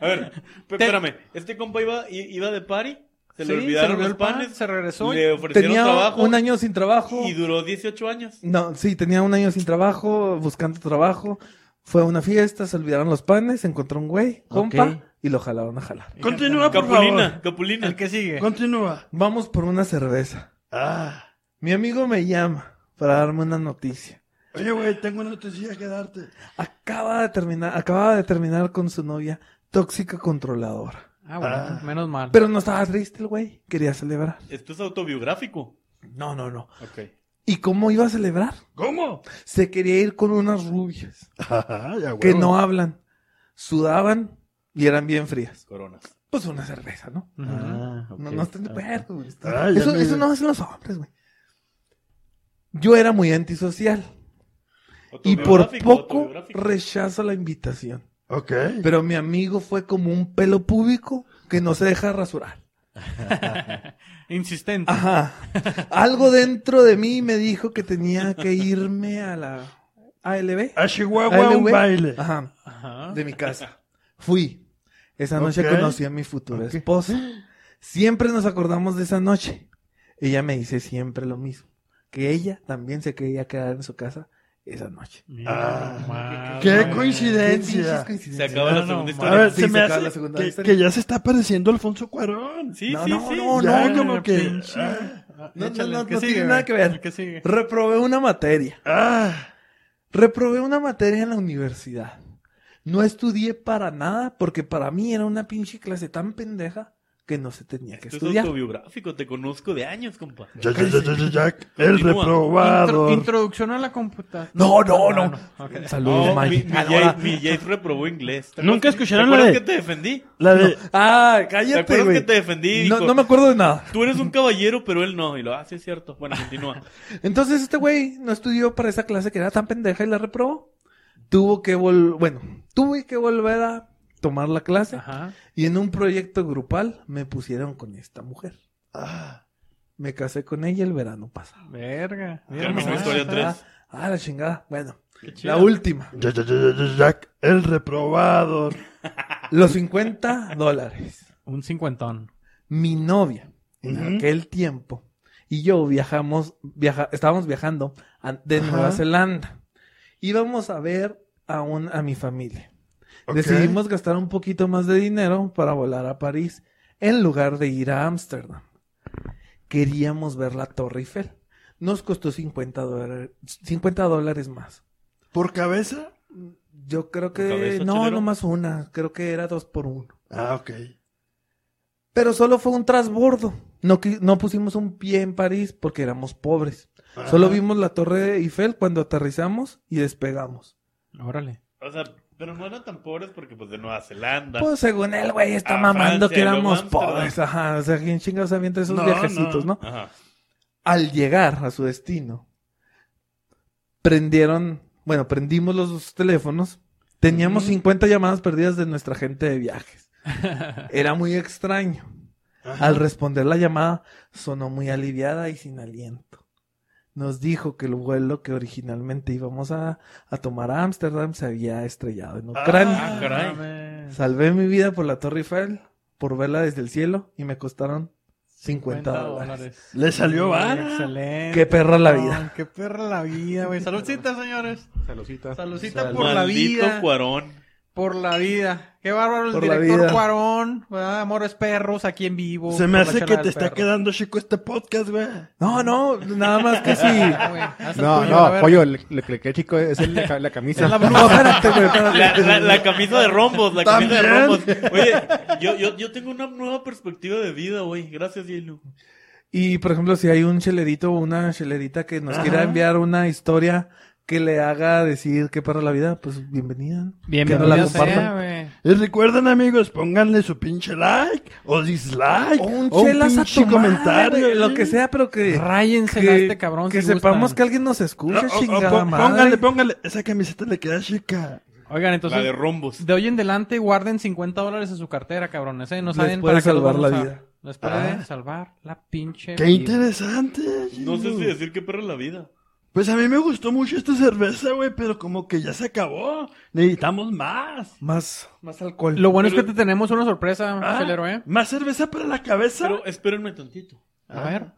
A ver, pe-
Te-
espérame. Este compa iba, i- iba de party. Se le
sí,
olvidaron
olvidó
los
el pan,
panes.
se regresó.
le ofrecieron
tenía
trabajo.
un año sin trabajo.
Y duró 18 años.
No, sí, tenía un año sin trabajo, buscando trabajo. Fue a una fiesta, se olvidaron los panes, encontró un güey, compa,
Ok.
y lo jalaron a jalar.
Continúa, por
Capulina,
favor.
Capulina.
El que sigue.
Continúa.
Vamos por una cerveza.
Ah.
Mi amigo me llama para darme una noticia.
Oye, güey, tengo una noticia que darte.
Acaba de terminar, acaba de terminar con su novia tóxica controladora.
Ah, bueno,
Ah.
menos mal.
Pero no estaba triste el güey, quería celebrar.
Esto es autobiográfico.
No, no, no.
Ok.
¿Y cómo iba a celebrar?
¿Cómo?
Se quería ir con unas rubias
Ajá, ya, güey.
que no hablan, sudaban y eran bien frías.
Coronas.
Pues una cerveza, ¿no?
Ujú.
Ah,
No,
ok.
no están de acuerdo, güey.
Ah, ya
Eso,
me-
eso no hacen los hombres, güey. Yo era muy antisocial y por
Autobiográfico,
poco
autobiográfico.
rechazo la invitación.
Ok.
Pero mi amigo fue como un pelo púbico que no se deja rasurar.
Insistente.
Ajá. Algo dentro de mí me dijo que tenía que irme a la ALB.
A Chihuahua un
ALB.
baile.
Ajá.
Ajá.
De mi casa. Fui. Esa noche
Ok.
conocí a mi futura esposa. Siempre nos acordamos de esa noche. Ella me dice siempre lo mismo. Que ella también se quería quedar en su casa esa noche.
Mira
Ah.
nomás,
Qué
güey.
coincidencia.
Se acaba la
No,
segunda
no,
historia.
A ver,
Sí,
se me
saca la
hace
segunda
que,
historia.
que ya se está pareciendo Alfonso Cuarón.
Sí,
No,
sí,
no,
sí.
no,
ya
no,
como que...
pinche.
Ah,
no,
Échale,
no,
el que
no
sigue,
tiene nada
güey.
que ver.
El que sigue.
Reprobé una materia.
ah,
Reprobé una materia en la universidad. No estudié para nada porque para mí era una pinche clase tan pendeja que no se tenía que
Esto es
estudiar.
autobiográfico. Te conozco de años, compa.
ya, ya, ya, ya, ya, ya, el
Continúa.
reprobado.
Intro- introducción a la computadora. Ah,
No, no, no.
ok.
Saludos,
No, mi,
Mike.
mi
Ah,
Jay-
ahora-
mi Jay reprobó inglés. ¿Te
Nunca
acuerdas-
escucharon
¿te
la
acuerdas
de-
que te defendí?
La de...
Ah,
¿Te
cállate,
acuerdas que
güey.
te defendí?
No,
Dijo,
no me acuerdo de nada.
Tú eres un caballero, pero él no. Y lo, ah, sí es cierto. Bueno, continúa.
Entonces este güey no estudió para esa clase que era tan pendeja y la reprobó. Tuvo que volver, bueno, tuve que volver a tomar la clase
Ajá.
y en un proyecto grupal me pusieron con esta mujer.
Ah,
Me casé con ella el verano pasado.
Verga. Mira
Terminó
nomás.
historia
Ah,
3.
ah, la chingada. Bueno,
Qué chido.
la última.
ya, ya, ya, ya, ya, ya, el reprobado.
Los 50 dólares.
Un cincuentón.
Mi novia, en
Ujú.
aquel tiempo, y yo viajamos, viaja, estábamos viajando a- de
Ajá.
Nueva Zelanda. Íbamos a ver a, un, a mi familia.
Ok.
Decidimos gastar un poquito más de dinero para volar a París en lugar de ir a Ámsterdam. Queríamos ver la Torre Eiffel. Nos costó 50 dólares, 50 dólares más.
¿Por cabeza?
Yo creo
¿Tu cabeza,
que... No,
chelero?
no más una. Creo que era dos por uno.
Ah, ok.
Pero solo fue un transbordo. No, qui- no pusimos un pie en París porque éramos pobres.
Ah.
Solo vimos la Torre de Eiffel cuando aterrizamos y despegamos.
Órale.
O sea, pero no eran tan pobres porque pues de Nueva Zelanda.
Pues según el güey
A
está
Francia,
mamando que
luego
éramos
Ámsterdam.
pobres. Ajá, o sea, ¿quién chingados avienta esos viajecitos, no?
Ajá.
al llegar a su destino, prendieron, bueno, prendimos los teléfonos. Teníamos 50 llamadas perdidas de nuestra gente de viajes. Era muy extraño. Al responder la llamada, sonó muy aliviada y sin aliento. Nos dijo que el vuelo que originalmente íbamos a, a tomar a Ámsterdam se había estrellado en Ucrania.
Ah, caray.
mames.
Salvé mi vida por la Torre Eiffel, por verla desde el cielo, y me costaron 50, dólares.
Le salió vara.
Excelente.
Qué perra la
cabrón,
vida.
Qué perra la vida, güey. Saludcita, señores.
Salucita.
Saludcita
pues.
Salud.
por la
Maldito
vida.
Cuarón.
Por la vida. Qué bárbaro el
Por la
director
vida.
Cuarón. ¿verdad? Amores perros aquí en vivo.
Se me
Por la
hace
chela
que
del
te está
perro.
quedando chico este podcast, güey.
No, no, nada más que si.
Ah, güey, haz el
No,
tuyo, a
no,
ver.
pollo, le, le cliqué, chico, es el- la, la camisa.
Es la
No, espérate, güey,
La,
espérate.
la- la camisa de rombos, la camisa de
También.
rombos. Oye, yo, yo, yo tengo una nueva perspectiva de vida, güey. Gracias, Yelu.
Y por ejemplo, si hay un chelerito o una chelerita que nos quiera enviar una historia que le haga decir qué para la vida, pues bienvenida. ¿no?
Bienvenido
Que no la
sea,
compartan.
güey.
Y recuerden, amigos, pónganle su pinche like o dislike
O un
o
chelas a tu madre, güey, lo
¿sí?
que sea, pero que.
Ráyense a
que-
este cabrón.
Que
si
sepamos
gustan.
que alguien nos
No,
escucha,
o- o
chingada
pó-
madre.
póngale, póngale. Esa camiseta le queda chica.
Oigan,
la de
entonces,
rombos.
de hoy en adelante guarden 50 dólares en su cartera, cabrones. ¿eh? No
Les
saben
puede
para qué los
salvar
van a
la
usar.
vida.
Les puede
Ah.
salvar la pinche
Qué
vida.
interesante.
No sé
Yelu.
si decir qué perra la vida.
Pues a mí me gustó mucho esta cerveza, güey, pero como que ya se acabó. Necesitamos más.
Más, más alcohol.
Lo bueno es que
Pero-
te tenemos una sorpresa,
Ah,
chelero, ¿eh?
¿Más cerveza para la cabeza?
Pero espérenme tantito.
A ver,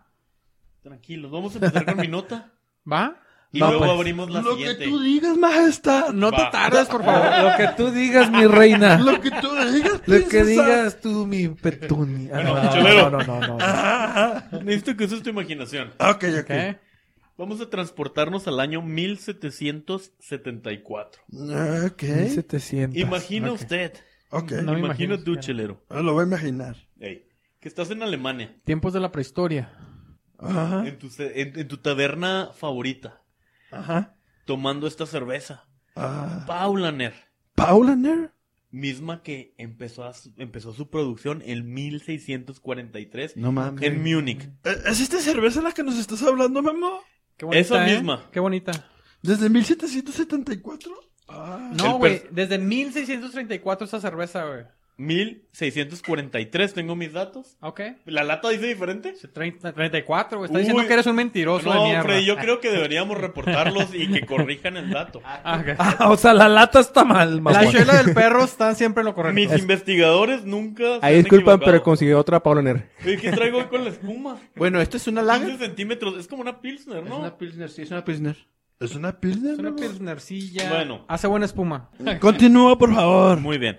Tranquilos, vamos a empezar con mi nota.
¿va?
Y
No,
luego
pues,
abrimos la
lo
siguiente.
que tú digas, majestad.
No te
Va.
tardes, por favor.
Lo que tú digas, mi reina.
Lo que tú digas,
Lo que
princesa.
digas tú, mi petunia. Ah,
Bueno,
no,
cholero.
no, no, no, no.
Ah, ah,
Necesito que uses tu imaginación.
ah. ok, ok.
¿Qué?
Vamos a transportarnos al año 1774.
Ok.
1700.
Imagina
Ok.
usted.
Ok.
No me
imagina
imagino,
tú,
claro.
chelero.
Ah, Lo voy a imaginar.
Ey, que estás en Alemania,
Tiempos de la prehistoria.
Ajá.
en tu, ce- en- en tu taberna favorita,
Ajá.
tomando esta cerveza.
Ah.
Paulaner,
Paula Ner.
misma que empezó, a su- empezó su producción en 1643
No mames.
en Múnich.
¿Eh, ¿Es esta cerveza la que nos estás hablando, Memo?
Qué bonita,
Esa
¿eh?
misma.
Qué bonita.
¿Desde 1774? Ah.
No,
El
güey.
pers-
Desde 1634 esa cerveza, güey.
1643, tengo mis datos.
¿Ok?
¿La lata dice diferente?
30, 34, güey. Está
Uy.
diciendo que eres un mentiroso de
No,
mierda.
Freddy, yo creo que deberíamos reportarlos y que corrijan el dato.
Ah, ok.
Ah, o sea, la lata está mal, mamón.
La chela del perro está siempre en lo correcto.
Mis investigadores nunca. se
Ahí
han
disculpan, pero
equivocado.
consiguió otra Paula Ner.
Oye, ¿Qué traigo hoy con la espuma?
Bueno, esto es una
15
lager.
centímetros, es como una Pilsner,
Es
¿no?
una Pilsner, sí, es una Pilsner.
¿Es una Pilsner?
Es una
Memo?
pilsnercilla.
Bueno.
Hace buena espuma.
Continúa, por favor.
Muy bien.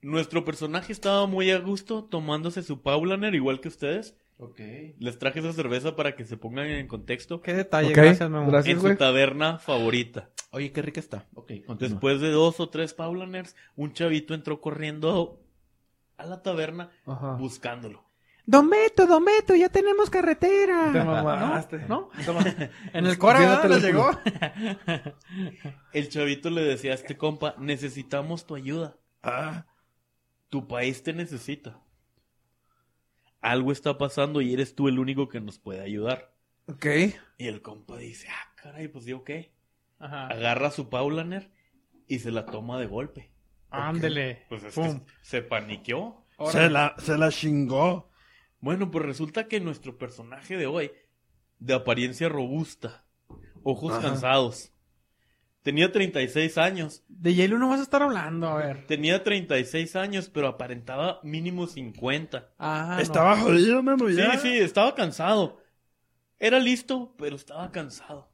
Nuestro personaje estaba muy a gusto tomándose su Paulaner, igual que ustedes.
Ok.
Les traje esa cerveza para que se pongan en contexto.
Qué detalle.
Ok,
Gracias, Memo.
gracias.
En
güey.
su taberna favorita.
Oye, qué rica está. Ok, continúa.
Después de dos o tres Paulaners, un chavito entró corriendo a la taberna
Ajá.
buscándolo.
Don Beto, Don Beto, ya tenemos carretera.
Te mamaste.
Ah.
¿No? En el Cora
Llénate
¿verdad? les
los
llegó.
El chavito le decía a este compa, necesitamos tu ayuda.
Ah.
Tu país te necesita. Algo está pasando y eres tú el único que nos puede ayudar.
Ok.
Y el compa dice, ah, caray, pues yo qué.
Ajá.
Agarra su Paulaner y se la toma de golpe.
Ándele.
Pues es
Pum.
que se paniqueó.
Órale.
Se la, se la chingó.
Bueno, pues resulta que nuestro personaje de hoy, de apariencia robusta, ojos
Ajá.
cansados, tenía 36 años.
De Yelu no vas a estar hablando, a ver.
Tenía 36 años, pero aparentaba mínimo 50.
Ah, no.
Estaba jodido, Memo, ya.
Sí, sí, estaba cansado. Era listo, pero estaba cansado.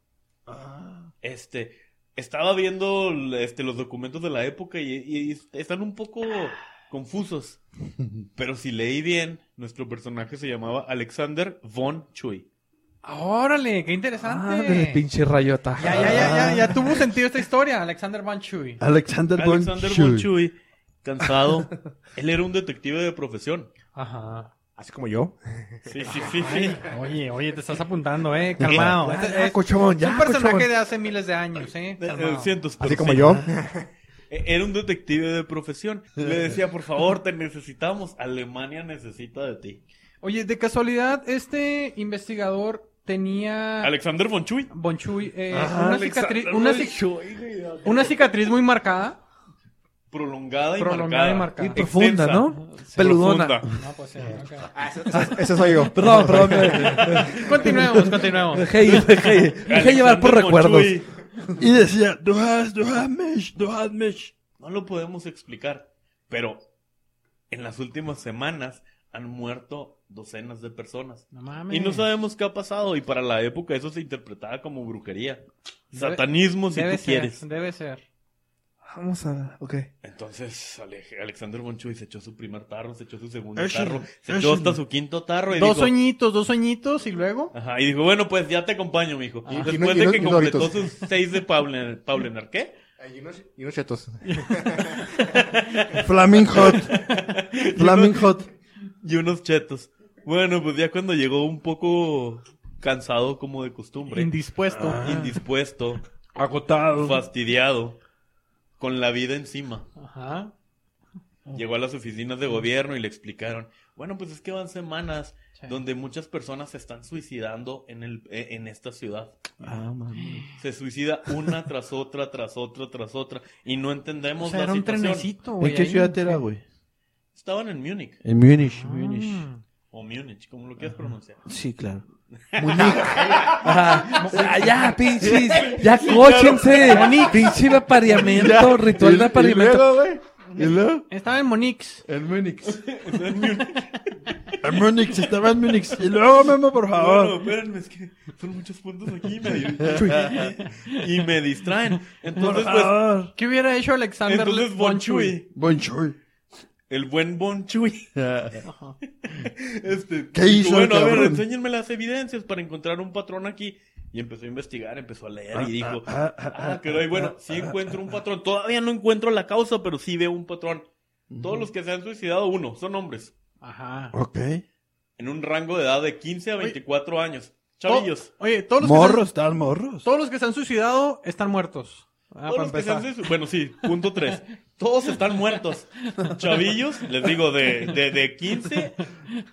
Ah.
Este, estaba viendo este, los documentos de la época y, y están un poco confusos. Pero si leí bien, nuestro personaje se llamaba Alexander von Chuy.
Órale, qué interesante.
Ah, del pinche rayota.
Ya, Ah. ya, ya, ya, ya tuvo sentido esta historia, Alexander Van Chuy.
Alexander,
Alexander von Chuy cansado. Él era un detective de profesión.
Ajá.
Así como yo.
Sí, sí, sí, sí.
Oye, oye, te estás apuntando, eh, calmado.
Ya,
Este
Ah,
ya,
es
cochón, ya,
un personaje
cochón.
de hace miles de años, eh.
De-
calmado.
de cientos, pero
Así como
sí.
yo.
E- Era un detective de profesión. Le decía, por favor, te necesitamos. Alemania necesita de ti.
Oye, de casualidad, este investigador tenía
Alexander von Chuy.
Bonchuy eh,
Ah,
una,
Alexander
cicatri- una
von
cic-
Chuy, güey.
una cicatriz muy marcada.
Prolongada y
Prolongada y
marcada.
marcada.
Y profunda,
Extensa.
¿no? Peludona.
Profunda.
No, pues sí,
Ese soy yo.
Perdón, perdón. me-
Continuemos, continuemos.
Dejé, dejé, dejé llevar por
Alexander von
recuerdos.
Chuy.
Y decía, du hast, du hast mich, du hast mich.
No lo podemos explicar, pero en las últimas semanas han muerto docenas de personas.
No mames.
Y no sabemos qué ha pasado, y para la época eso se interpretaba como brujería.
Debe-
Satanismo, si
Debe ser,
tú quieres.
debe ser.
Vamos a. Ok.
Entonces Ale- Alexander Bonchuy se echó su primer tarro, se echó su segundo
Échale,
tarro, se echó hasta
échale.
su quinto tarro y
Dos
dijo...
sueñitos, dos sueñitos y luego.
Ajá, y dijo, bueno, pues ya te acompaño, mijo.
Ah. Y no-
Después
y
de
no-
que
y
completó
Doritos.
sus seis de Pablenar, Pablenar, ¿qué?
Y unos, y unos chetos.
Flaming Hot. Flaming Hot.
Y unos chetos. Bueno, pues ya cuando llegó un poco cansado como de costumbre, Ah.
Indispuesto.
indispuesto,
Agotado.
Ah, fastidiado, con la vida encima.
Ajá.
Llegó a las oficinas de gobierno y le explicaron, bueno, pues es que van semanas
Sí.
donde muchas personas se están suicidando en, el, eh, en esta ciudad. Se suicida una tras otra, tras otra, tras otra, y no entendemos
O sea,
la
era un
situación.
trenecito, güey.
¿En qué
ahí.
ciudad era, güey?
Estaban en Múnich,
En Múnich.
Ah.
o Múnich, como lo quieras pronunciar.
Sí, claro.
Ajá. Ah, ya, pinches. Ya, cóchense. Pinche apareamiento, ritual de apareamiento.
güey. Y luego.
Estaba en Monix.
El Munich.
En Múnich, se estaba en Múnich. Y luego, Memo, por
Bueno,
favor.
espérenme, es que son muchos puntos aquí me- y me distraen. Entonces,
por
pues,
favor.
¿Qué hubiera hecho Alexander
entonces Bon Chui,
Bon Jovi.
el buen Bon Chui, Este,
¿Qué
dijo,
hizo,
Bueno, a ver,
cabrón?
enséñenme las evidencias para encontrar un patrón aquí. Y empezó a investigar, empezó a leer y dijo,
ah, ah,
ah, pero bueno, sí encuentro un patrón. Todavía no encuentro la causa, pero sí veo un patrón. Todos los que se han suicidado, uno, son hombres.
Ajá.
Ok.
En un rango de edad de 15 a 24 años.
Oh,
Chavillos.
To- Oye, todos los, que se
Morros,
han,
estaban morros.
todos los que se han suicidado están muertos. Ah,
Todos
para
los que se
empezar.
han suicidado- Bueno, sí, punto 3. Todos están muertos. Chavillos, les digo, de, de, de 15...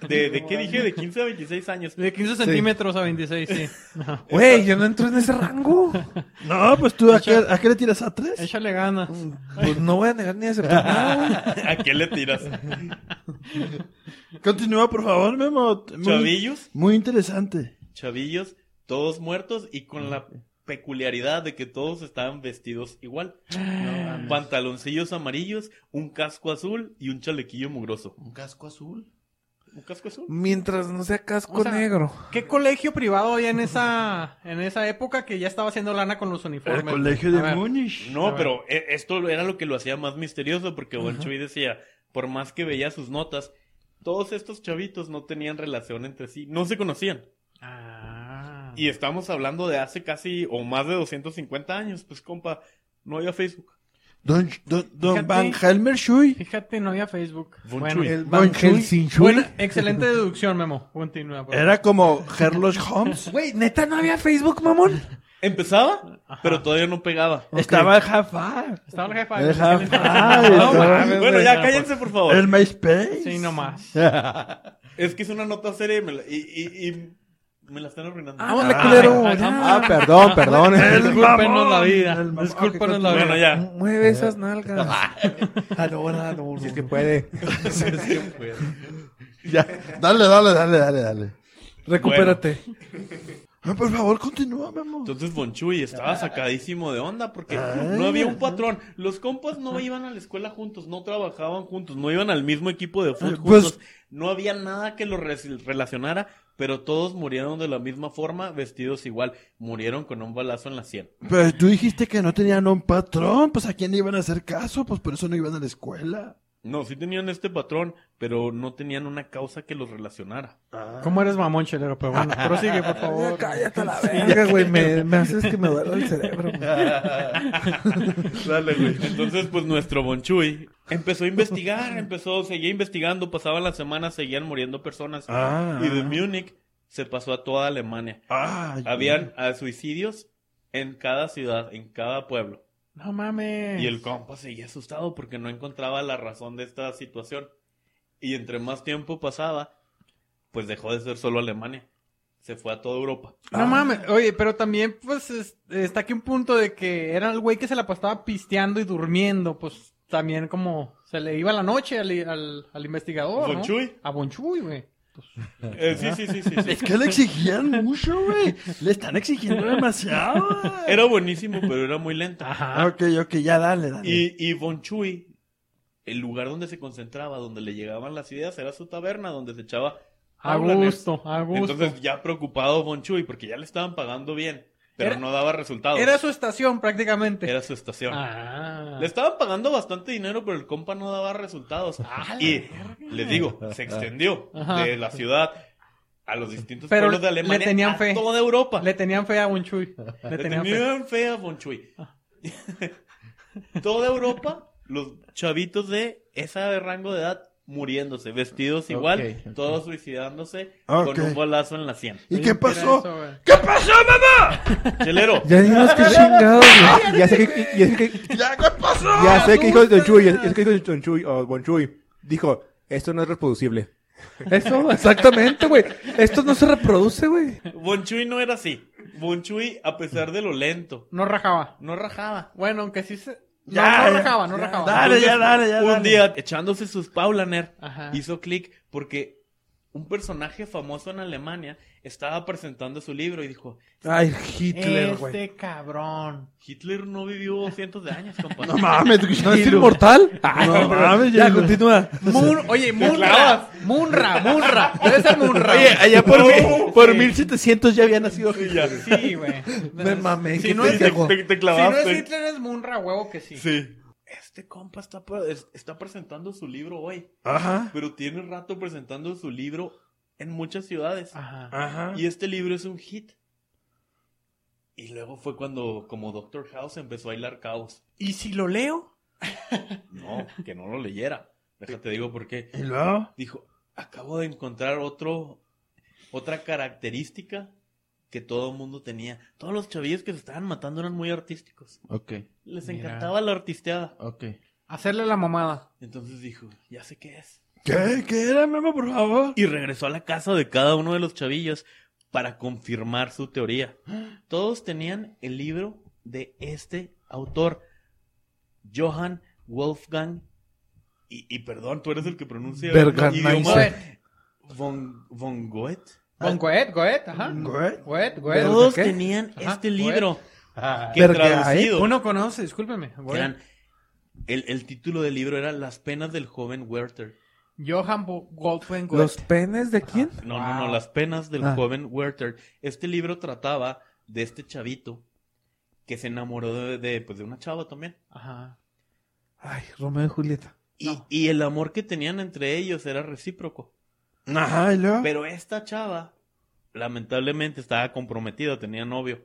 De, ¿De qué dije? De 15 a 26 años.
De 15 centímetros a 26, sí. Ajá.
Güey, yo no entro en ese rango.
No, pues tú, ¿a qué, a qué le tiras a tres?
Échale ganas.
Pues no voy a negar ni a aceptar nada. güey.
¿A qué le tiras?
Continúa, por favor, Memo. Muy,
Chavillos,
muy interesante.
chavillos, todos muertos y con la peculiaridad de que todos estaban vestidos igual. Ah, Pantaloncillos amarillos, un casco azul y un chalequillo mugroso.
¿Un casco azul?
¿Un casco azul?
Mientras no sea casco
O sea,
negro.
¿Qué colegio privado había en esa, en esa época que ya estaba haciendo lana con los
El
uniformes?
colegio
A
de
ver.
Múnich.
A
No,
ver.
pero e- esto era lo que lo hacía más misterioso porque Bon Jovi decía, por más que veía sus notas, todos estos chavitos no tenían relación entre sí, no se conocían.
Ah.
Y estamos hablando de hace casi o más de 250 años, pues compa, no había Facebook.
Don, don, don
Fíjate.
Van Helmer Shui.
Fíjate, no había Facebook.
Von
Bueno,
Chui.
el-
Bon Jovi.
buena, excelente deducción, Memo. Continúa. por favor.
Era como Herlock Holmes.
Güey, neta, no había Facebook, mamón.
Empezaba, pero todavía no pegaba.
Estaba el Jafar.
Estaba el jefa.
El
Jafar.
Jafar.
No
estaba-
mames,
Bueno,
güey. pues.
ya cállense, por favor.
El MySpace.
Sí, nomás.
Es que es una nota seria y me la, y, y- y me la están arruinando.
Ándale, culero.
ah,
ya.
Ah, perdón, perdón.
El
Discúlpenos
mamón.
la vida.
El mamón.
Discúlpenos la
bueno,
vida.
ya.
Mueve esas nalgas. Ah,
Si es que puede.
Dale, dale, dale, dale, dale.
Recupérate.
No, por favor, continúa, Memo.
Entonces Bon Chuy estaba sacadísimo de onda porque no había un patrón. Los compas no iban a la escuela juntos, no trabajaban juntos, no iban al mismo equipo de fútbol
Eh, pues-
juntos. No había nada que los re- relacionara, pero todos murieron de la misma forma, vestidos igual. Murieron con un balazo en la sien.
Pero tú dijiste que no tenían un patrón, pues a quién le iban a hacer caso, pues por eso no iban a la escuela.
No, sí tenían este patrón, pero no tenían una causa que los relacionara.
¿Cómo eres mamón, chelero? Pero bueno, prosigue, por favor.
Cállate a la verga, güey. Me, me haces que me duela el cerebro. güey.
Dale, güey. Entonces, pues nuestro Bonchuy empezó a investigar, empezó, seguía investigando, pasaban las semanas, seguían muriendo personas.
Ah.
Y de Múnich se pasó a toda Alemania.
Ay,
Habían ah, suicidios en cada ciudad, en cada pueblo.
No mames.
Y el compa seguía asustado porque no encontraba la razón de esta situación. Y entre más tiempo pasaba, pues dejó de ser solo Alemania. Se fue a toda Europa.
No mames. Oye, pero también, pues, es- está aquí un punto de que era el güey que se la pasaba pisteando y durmiendo. Pues también como se le iba la noche al, al, al investigador, Oh, ¿no?
Bonchuy.
A Bonchuy, güey.
Eh, sí, sí, sí, sí, sí.
Es que le exigían mucho, güey. Le están exigiendo demasiado. güey. Ah,
Era buenísimo, pero era muy lenta.
Ajá.
Ok, ok, ya dale, dale.
Y, y Von Chuy, el lugar donde se concentraba, donde le llegaban las ideas, era su taberna, donde se echaba
A gusto, a gusto.
Entonces ya preocupado Von Chuy, porque ya le estaban pagando bien, pero
Era-
no daba resultados.
Era su estación prácticamente.
Era su estación.
Ah.
Le estaban pagando bastante dinero, pero el compa no daba resultados.
Ah, la
y les digo, se extendió
Ajá.
de la ciudad a los distintos
Pero
pueblos de
le
Alemania,
tenían
a
fe.
toda Europa.
Le tenían fe a Bonchuy. Le
Le
tenían fe.
tenían fe a Von Chuy. Toda Europa, los chavitos de ese rango de edad muriéndose, vestidos igual,
Ok, ok.
todos suicidándose
Ok.
con un bolazo en la sien.
¿Y qué
Era
pasó?
eso, güey.
¿Qué pasó, mamá?
Chelero,
Ya dinos que chingados, güey.
Ya sé que, ya sé que,
¿Ya qué pasó?
ya sé que dijo Don Chuy, ya sé que dijo Don Chuy, o Bon Chuy. Dijo, esto no es reproducible.
Eso, exactamente, güey. Esto no se reproduce, güey.
Von Chuy no era así. Von Chuy, a pesar de lo lento,
No rajaba.
no rajaba.
Bueno, aunque sí se. No,
Ya,
no
ya,
rajaba, no rajaba.
Dale, ya, dale, ya.
un
dale.
día, echándose sus Paulaner,
Ajá.
hizo clic porque un personaje famoso en Alemania estaba presentando su libro y dijo,
Ay, Hitler, güey.
Este cabrón.
Hitler no vivió cientos de años, compa.
No mames,
¿No es
Gil,
inmortal?
Ah, No mames,
ya,
Ah, ya lo-
continúa.
Mun- oye, Munra. Munra, Munra. Debe ser Munra.
Oye, allá por,
No,
mil- por
sí.
1700 ya había nacido.
Y ya.
Sí, güey.
Me mamé.
Si
qué
no es-
pendejo.
Te-
Si
te
no
clavaste.
es Hitler, es Munra, huevo que sí.
Sí. Este compa está, pre- es- está presentando su libro hoy,
Ajá,
pero tiene rato presentando su libro en muchas ciudades.
Ajá.
ajá.
Y este libro es un hit. Y luego fue cuando, como Doctor House, empezó a hilar caos.
¿Y si lo leo?
No, que no lo leyera. Déjate digo por qué.
¿Y luego?
Dijo, acabo de encontrar otro, otra característica que todo el mundo tenía. Todos los chavillos que se estaban matando eran muy artísticos.
Ok,
Les
Mira.
encantaba la artisteada.
ok.
Hacerle la mamada.
Entonces dijo, ya sé qué es.
¿Qué? ¿Qué era, mamá, por favor?
Y regresó a la casa de cada uno de los chavillos para confirmar su teoría. Todos tenían el libro de este autor, Johann Wolfgang. Y, y perdón, tú eres el que pronuncia el idioma
Bergmeister.
von, von Goethe.
Con Goethe, Goethe, ajá.
Güey.
Goethe, Goethe.
Todos
¿qué?
tenían
Ajá, Goethe.
este libro que
Verga, ¿eh?
traducido
Ah, Uno conoce, discúlpeme. Goethe.
eran- el, el título del libro era Las penas del joven Werther.
Johann Bo- Wolfgang Goethe.
¿Los penes de quién?
No, no,
Wow.
no, las penas del
Ah.
joven Werther. Este libro trataba de este chavito que se enamoró de, de, pues, de una chava también.
Ajá.
Ay, Romeo y Julieta.
Y, y el amor que tenían entre ellos era recíproco.
Ajá, ¿y luego?
Pero esta chava, lamentablemente, estaba comprometida, tenía novio.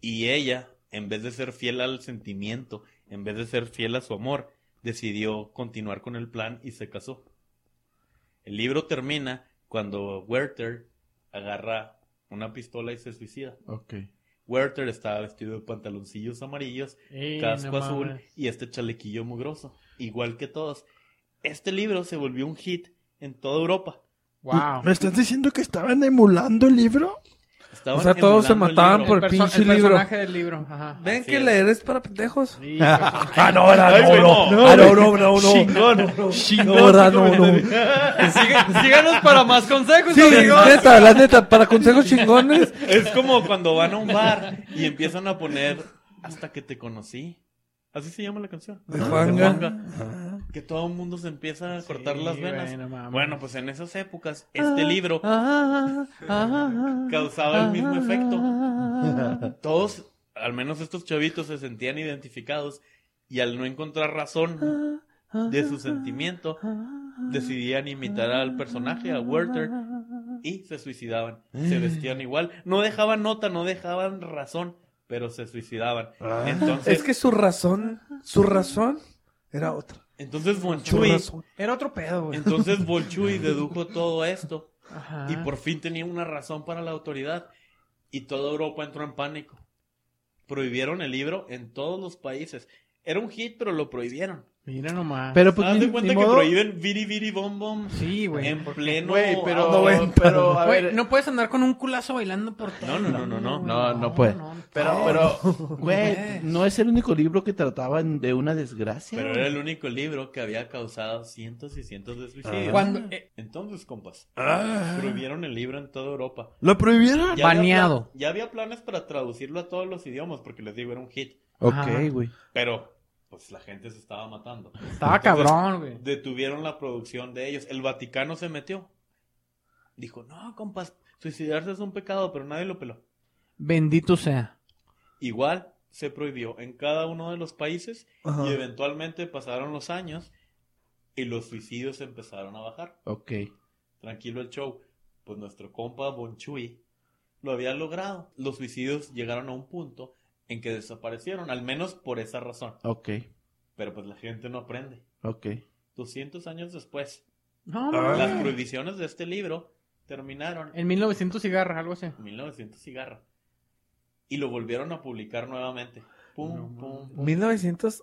Y ella, en vez de ser fiel al sentimiento, en vez de ser fiel a su amor, decidió continuar con el plan y se casó. El libro termina cuando Werther agarra una pistola y se suicida.
Ok.
Werther estaba vestido de pantaloncillos amarillos,
Ey,
casco
no
azul
mames.
y este chalequillo mugroso, igual que todos. Este libro se volvió un hit en toda Europa.
Wow.
¿Me estás diciendo que estaban emulando el libro?
Estaban
O sea, todos se
emulando el
mataban
libro.
por
perso-
pinche libro.
personaje del libro. Ajá.
Ven
Así
que
es.
leer es para pendejos.
Sí, personaje.
Ah, no, no,
Ay, güey, no.
no, no. Ah, no, no, no, no.
Chingón,
No,
chingón.
¿verdad? No, no.
Sigue- síganos para más consejos,
Sí,
amigos.
neta, la neta, para consejos chingones.
Es como cuando van a un bar y empiezan a poner hasta que te conocí. Así se llama la canción.
De Juanga.
Que todo el mundo se empieza a cortar
Sí,
las venas.
güey, no mames.
Bueno, pues en esas épocas, este libro
Ah, ah,
causaba el mismo efecto. Todos, al menos estos chavitos, se sentían identificados y al no encontrar razón de su sentimiento, decidían imitar al personaje, a Werther, y se suicidaban. Se vestían igual. No dejaban nota, no dejaban razón, pero se suicidaban. Entonces,
Es que su razón, su razón era otra.
entonces Von
Su
Chui-
razón.
Era otro pedo, güey.
entonces Bolchui dedujo todo esto
Ajá.
y por fin tenía una razón para la autoridad y toda Europa entró en pánico. Prohibieron el libro en todos los países. Era un hit, pero lo prohibieron.
Mira nomás.
Pero pues
Haz
ni-
de
ni
cuenta que
modo.
prohíben Viri Viri Bom Bom
Sí, güey.
en pleno
Güey, pero,
auto.
pero a
Güey,
ver,
no puedes andar con un culazo bailando por todo.
No, no, no, no, no.
No, no puede. pero, pero, güey,
puedes.
no es el único libro que trataban de una desgracia.
Pero era el único libro que había causado cientos y cientos de suicidios.
Cuando, eh,
Entonces, compas,
Ah.
prohibieron el libro en toda Europa.
¿Lo prohibieron?
Ya había
Baneado.
pla- ya había planes para traducirlo a todos los idiomas, porque les digo, era un hit.
Ok, güey.
Pero, pues la gente se estaba matando.
estaba cabrón, güey.
Detuvieron la producción de ellos. El Vaticano se metió. Dijo, no, compas, suicidarse es un pecado, pero nadie lo peló.
Bendito sea.
Igual se prohibió en cada uno de los países
Ajá.
y eventualmente pasaron los años y los suicidios empezaron a bajar.
Ok.
Tranquilo el show. Pues nuestro compa Bonchui lo había logrado. Los suicidios llegaron a un punto en que desaparecieron, al menos por esa razón.
Ok.
Pero pues la gente no aprende.
Ok.
200 años después,
No,
Ah.
mames.
las prohibiciones de este libro terminaron
En 1900 cigarras, algo así.
en 1900 cigarra. Y lo volvieron a publicar nuevamente. Pum, pum, pum.
1900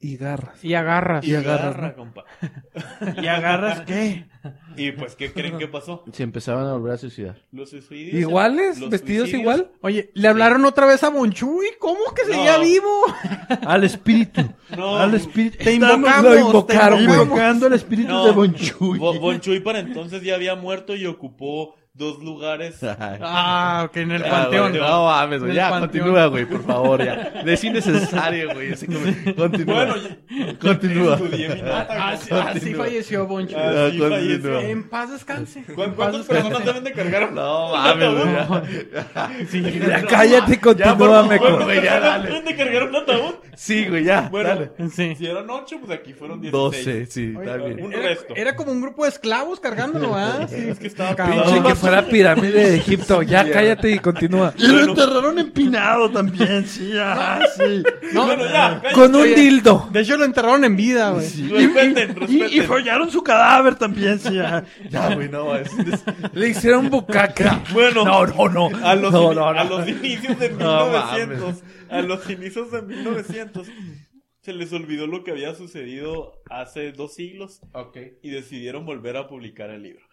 y garras.
Y agarras.
Y, agarra, compa.
¿Y agarras qué?
Y pues, ¿qué creen que pasó?
Se empezaban a volver a suicidar.
Los suicidios.
¿Iguales?
los
¿Vestidos
suicidios-
igual?
Oye, le hablaron otra vez a Bonchuy. ¿Cómo que
No.
seguía vivo?
Al espíritu.
No,
Ah,
Al espíritu.
Te
Estamos
invocamos,
lo invocaron,
te
güey.
invocamos.
invocando al espíritu
No.
de Bonchuy.
Bo- Bon Chuy para entonces ya había muerto y ocupó dos lugares.
Ah, ok, en el
Ah,
panteón.
bueno,
No mames,
En
güey.
el
Ya,
panteón.
continúa, güey, por favor, ya. Es innecesario, güey. ese comentario. Continúa.
Bueno, yo-
Continúa.
estudié mi nota,
Así,
compa.
así ah, falleció Bonchuy.
Ah,
Ah,
sí,
continúa.
falleció.
En paz descanse.
¿Cu- ¿Cuántas personas deben de cargar?
No mames, güey. ya.
Ya cállate, continúame
¿Cuántas
con...
güey, ya
personas
dale.
deben de cargar un ataúd?
Sí, güey, ya.
Bueno,
dale.
Sí.
si eran ocho, pues aquí fueron
12,
16.
sí, está bien.
Un
Era,
resto.
era como un grupo de esclavos cargándolo, ¿ah? Sí.
Es que estaba
Cabrón.
Pinche que fuera pirámide de Egipto. Ya cállate y continúa.
Y lo enterraron empinado también, sí, ah, sí.
No,
Bueno, ya. cállate.
Con un
Oye.
dildo.
De hecho, lo enterraron en vida, güey.
Respeten,
Y, y
respeten.
follaron su cadáver también, sí, ah.
Ya, güey, no, es un des-
Le hicieron bucaca.
Bueno,
No, no, no.
A los,
No,
ini-
no, no.
a los inicios de
No
1900, a los inicios de 1900, se les olvidó lo que había sucedido hace dos siglos y decidieron volver a publicar el libro.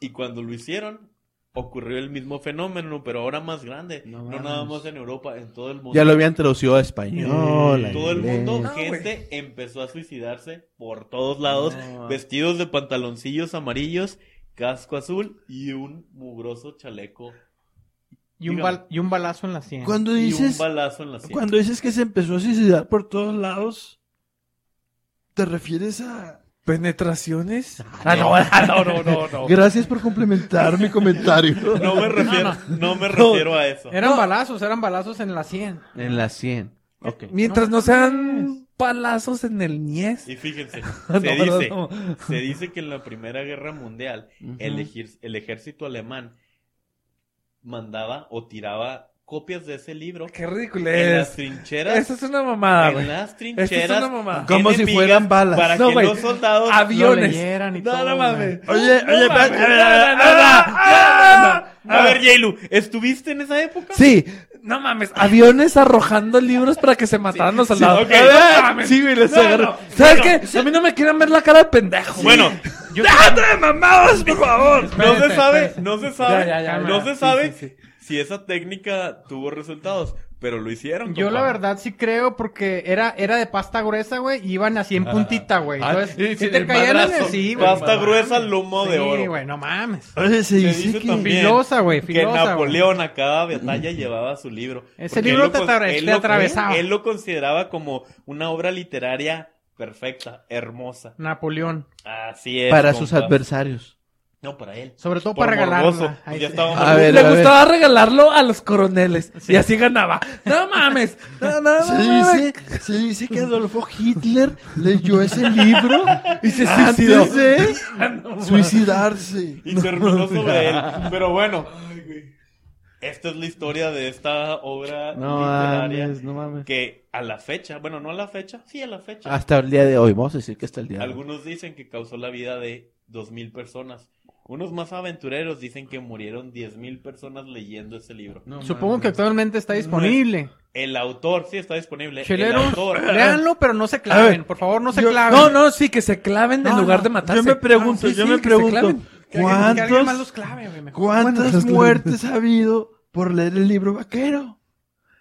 Y cuando lo hicieron, ocurrió el mismo fenómeno, pero ahora más grande.
No
No,
mames.
nada más en Europa, en todo el mundo.
Ya lo habían traducido a español. a
Todo el
inglés.
mundo,
No, güey.
gente empezó a suicidarse por todos lados,
No.
vestidos de pantaloncillos amarillos, casco azul y un mugroso chaleco
Y un, bal- y un balazo en la sien.
Cuando
y un
dices,
balazo en la sien.
cuando dices que se empezó a suicidar por todos lados, ¿te refieres a...?
¿Penetraciones?
Ah, no, ah, no, no, no, no.
Gracias por complementar mi comentario.
No me refiero, no me refiero a eso.
Eran balazos, eran balazos en la sien.
En la 100. Ok.
Mientras no sean palazos en el niés.
Y fíjense,
No,
se
no,
dice,
no.
se dice que en la Primera Guerra Mundial el, ejir- el ejército alemán mandaba o tiraba copias de ese libro
Qué ridículo
en las
es.
trincheras,
Eso es una mamada,
en
güey.
las trincheras,
Esto es una mamada.
Como si fueran balas.
para
No,
que
güey.
los soldados
Lo
Aviones.
leyeran y
No,
todo,
no mames.
Oye, oye, espérate, a ver, a ver, a ver,
A ver, Yailu, ¿estuviste en esa época?
Sí, no mames, aviones arrojando libros para que se mataran los soldados.
ok.
No mames.
Sí, güey, les agarró.
¿Sabes qué? A mí no me quieren ver la cara de pendejo.
Bueno,
¡Déjate de mamadas, por favor!
no se
Espérate,
sabe,
espérate.
no se sabe,
Ya, ya, ya,
no
ya.
se
Sí,
sabe
sí, sí.
si esa técnica tuvo resultados, pero lo hicieron.
Yo la
compa.
verdad sí creo porque era, era de pasta gruesa, güey, y iban así en puntita, güey.
Ah,
Entonces,
sí,
si
sí,
te
el
caían en el
madrazo.
sí, güey.
Pasta gruesa, lomo de oro.
Sí, güey, no mames.
Oye, se
Se
dice
dice
que...
también
Filosa, güey, filosa,
que Napoleón a cada batalla llevaba su libro.
Ese
Porque
libro
él lo
te
con-
atraves-
él
te
lo-
atravesaba.
Él lo consideraba como una obra literaria perfecta, hermosa.
Napoleón.
Así es.
Para
compa.
sus adversarios.
No, para él.
Sobre todo
Por
para
morboso.
regalarla.
Pues
Ahí
ya
sí.
estábamos.
A ver,
Le
a ver.
gustaba regalarlo a los coroneles.
Sí.
Y así ganaba. ¡No mames! ¡No, no, no!
Se
mames!
dice, se dice que Adolfo Hitler leyó ese libro
Y se suicidó.
antes de suicidarse.
Y terminó sobre él. Pero bueno. Esta es la historia de esta obra
No
literaria
mames, no mames. Ah,
que a la fecha, bueno, no a la fecha, sí a la fecha.
Hasta el día de hoy, vamos a decir que hasta el día de hoy.
Algunos dicen que causó la vida de 2.000 personas. Unos más aventureros dicen que murieron 10.000 personas leyendo ese libro.
Supongo que actualmente está disponible.
El autor, sí está disponible.
Cheleros,
El autor.
léanlo, pero no se
A
claven.
ver,
Por favor, no se
yo-
claven.
No, no, sí, que se claven en
No,
lugar
no,
de
yo
matarse.
Yo me pregunto,
Ah, sí,
yo
sí,
me
que se
pregunto,
claven.
Que alguien, que alguien más
¿cuántos,
los clave, güey, mejor.
Bueno,
¿cuántas
pues,
muertes ha habido por leer el libro vaquero?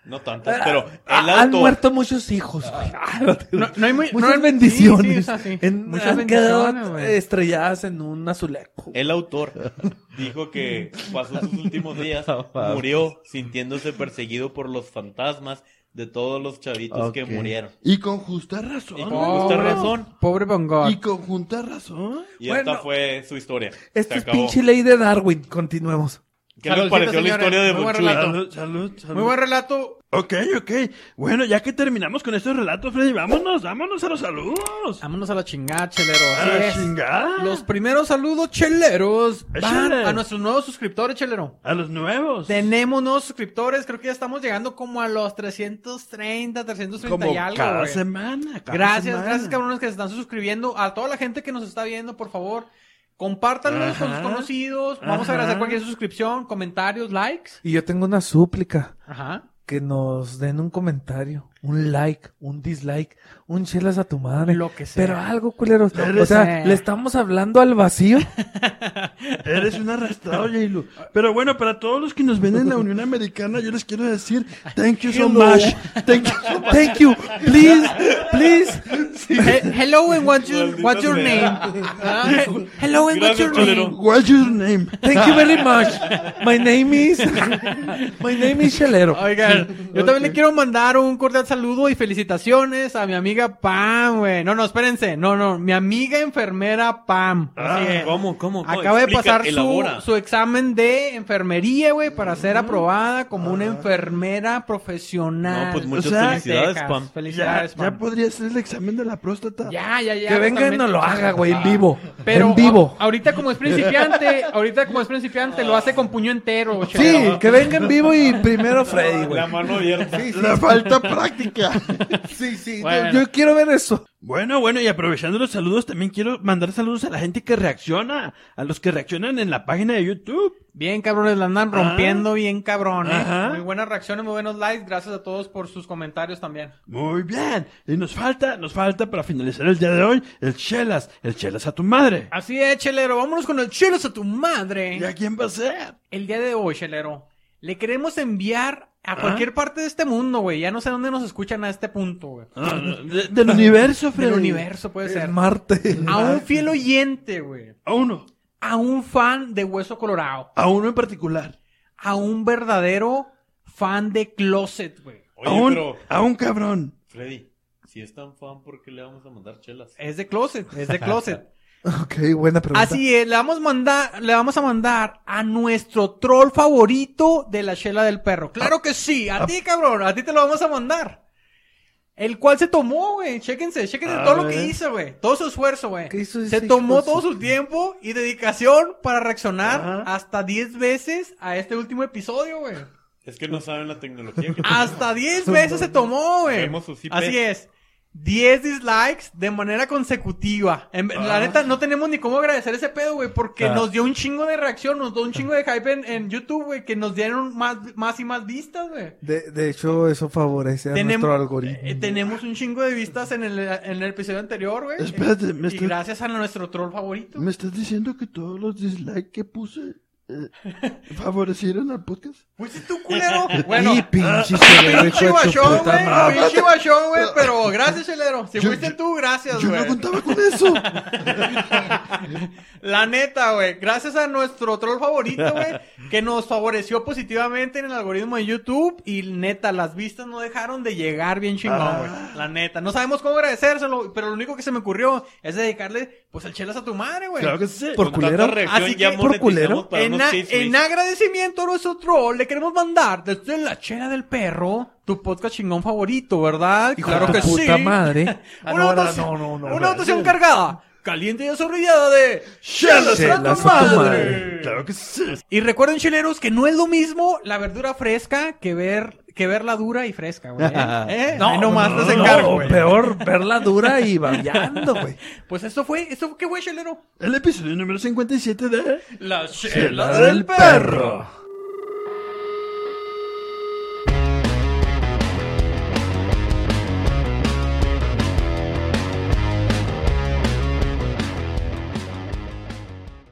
No tantas, pero
Ah,
el
Han
autor.
muerto muchos hijos, güey. Ah, no te-
No, no hay muy-
muchas
no hay-
bendiciones.
sí, sí, o sea, sí.
En-
Muchas
han
bendiciones,
quedado
güey.
estrelladas en un azulejo.
El autor dijo que pasó sus últimos días,
mames.
murió sintiéndose perseguido por los fantasmas de todos los chavitos
Ok.
que murieron.
Y con justa razón.
Y con
Oh,
justa
bueno.
razón.
Pobre Bangor.
Y con junta razón.
Y
Bueno.
esta fue su historia.
este
Esta
Se
es
acabó.
pinche ley de Darwin. Continuemos.
¿Qué les
Saludcita,
pareció la
señores.
historia de
Muy buen
Bonchuy?
relato.
Salud, salud, salud.
Muy buen relato.
Ok, ok. Bueno, ya que terminamos con estos relatos, Freddy, vámonos, vámonos a los saludos.
Vámonos a la chingada, chelero.
A
Así
la
es.
chingada.
Los primeros saludos, cheleros. Van
Échale.
a nuestros nuevos suscriptores, chelero.
A los nuevos.
Tenemos nuevos suscriptores. Creo que ya estamos llegando como a los 330, 330
Como
y algo,
cada
güey.
semana. cada
Gracias,
semana.
gracias cabrones que se están suscribiendo. A toda la gente que nos está viendo, por favor, compártanlos con sus
Ajá.
conocidos. Vamos a
Ajá.
agradecer cualquier suscripción, comentarios, likes.
Y yo tengo una súplica.
Ajá.
que nos den un comentario, un like, un dislike, un chelas a tu madre.
Lo que sea.
Pero algo, culeros.
Lo
o
que
sea,
sea.
le estamos hablando al vacío.
Eres un arrastrado, Jailu. Pero bueno, para todos los que nos ven en la Unión Americana, yo les quiero decir, thank you so much. Thank you so much.
Thank you. Please, please.
He- hello and what's your, what's your name? Ah, he- hello and what's
Gracias,
your
cholero.
name?
What's your name?
Thank you very much. My name is. My name is Chelero.
Oigan, yo también le quiero mandar un cordial saludo y felicitaciones a mi amiga Pam, güey. No, no, espérense. No, no, mi amiga enfermera Pam. Así es.
¿Cómo, cómo? cómo?
Acaba de
Explica,
pasar su,
elabora. Mm.
su examen de enfermería, güey, para ser aprobada como una enfermera profesional.
No, pues muchas
O sea,
felicidades,
Texas.
Pam.
Ya,
Felicidades,
ya
Pam.
podría hacer el examen de la próstata.
Ya, ya, ya.
que venga y
totalmente. Ah.
nos lo haga, güey, en vivo.
Pero
en vivo.
a- ahorita como es principiante, ahorita como es principiante, lo hace con puño entero,
Sí,
chelero.
que venga en vivo y primero Freddy, güey.
La mano abierta.
La falta práctica.
Sí, sí.
Bueno.
Yo, yo quiero ver eso.
Bueno, bueno, y aprovechando los saludos, también quiero mandar saludos a la gente que reacciona, a los que reaccionan en la página de YouTube.
Bien cabrones, la andan
Ah.
rompiendo bien ¿eh? cabrones.
Ajá.
Muy buenas reacciones, muy buenos likes. Gracias a todos por sus comentarios también.
Muy bien. Y nos falta, nos falta para finalizar el día de hoy, el Chelas, el Chelas a tu madre.
Así es, chelero. Vámonos con el chelos a tu madre.
¿Y a quién va a ser?
El día de hoy, chelero, le queremos enviar a cualquier parte de este mundo, güey. Ya no sé dónde nos escuchan a este punto, güey.
Ah, no, de- del universo, Freddy.
Del universo puede ser. Ah,
El Marte.
A un fiel oyente, güey.
A uno.
A un fan de Hueso Colorado.
A uno en particular.
A un verdadero fan de Closet, güey.
a,
Oye,
un,
pero,
a un cabrón.
Freddy, si es tan fan, ¿por qué le vamos a mandar chelas?
Es de Closet, es de Closet.
Ok, buena pregunta.
Así es, le vamos, a mandar, le vamos a mandar a nuestro troll favorito de la chela del perro.
Ah.
Claro que sí, a ti, cabrón, a ti te lo vamos a mandar. El cual se tomó, güey. Chéquense, chéquense
A
todo lo
ver.
que hizo, güey. Todo su esfuerzo, güey.
¿Qué hizo
Se
ese
tomó
hijo de
todo
su-
su tiempo y dedicación para reaccionar
Ajá.
hasta 10 veces a este último episodio, güey.
Es que no saben la tecnología que
Hasta 10 veces se tomó, güey.
Vemos sus IP.
Así es. 10 dislikes de manera consecutiva. En- La neta, no tenemos ni cómo agradecer ese pedo, güey, porque nos dio un chingo de reacción, nos dio un chingo de hype en, en YouTube, güey, que nos dieron más, más y más vistas, güey.
De, de hecho, eso favorece a nuestro algoritmo.
eh, tenemos un chingo de vistas en el, en el episodio anterior, güey.
Espérate, me
y
estoy-
gracias a nuestro troll favorito.
¿Me estás diciendo que todos los dislikes que puse eh, favorecieron al podcast?
Pues si tú, culero. Bueno, ah,
y pinche chelero, hijo
pinche
de tu
guachón,
puta madre.
güey. Pinche guachón, güey. Pero gracias, chelero. Si
Yo-
fuiste tú, gracias,
Yo
güey.
no contaba con eso.
La neta, güey. Gracias a nuestro troll favorito, güey. Que nos favoreció positivamente en el algoritmo de YouTube. Y neta, las vistas no dejaron de llegar bien chingón, güey.
Ah.
La neta. No sabemos cómo agradecérselo, pero lo único que se me ocurrió es dedicarle, pues, el chelas a tu madre, güey.
Claro que sí.
Por
Con tanta
culero.
reacción
Así que,
ya
¿Ah, por
monetizamos
culero.
para
en,
unos
a-
seis
en
meses.
agradecimiento a nuestro troll, le queremos mandar desde la chela del perro tu podcast chingón favorito, ¿verdad?
Hijo
claro
de
que
tu puta
sí.
madre.
Una
Ah, no, ahora
dotación-
no, no, no.
una dotación cargada, caliente y asordillada de chelas a
Chelas
tu madre.
Claro que sí.
Y recuerden, chileros, que no es lo mismo la verdura fresca que ver que verla dura y fresca, güey. ¿Eh? No, no más les encargo, güey.
peor verla dura y babeando, güey.
Pues esto fue, esto fue, ¿qué güey, chilero?
El episodio número 57 de...
Las
chelas del perro.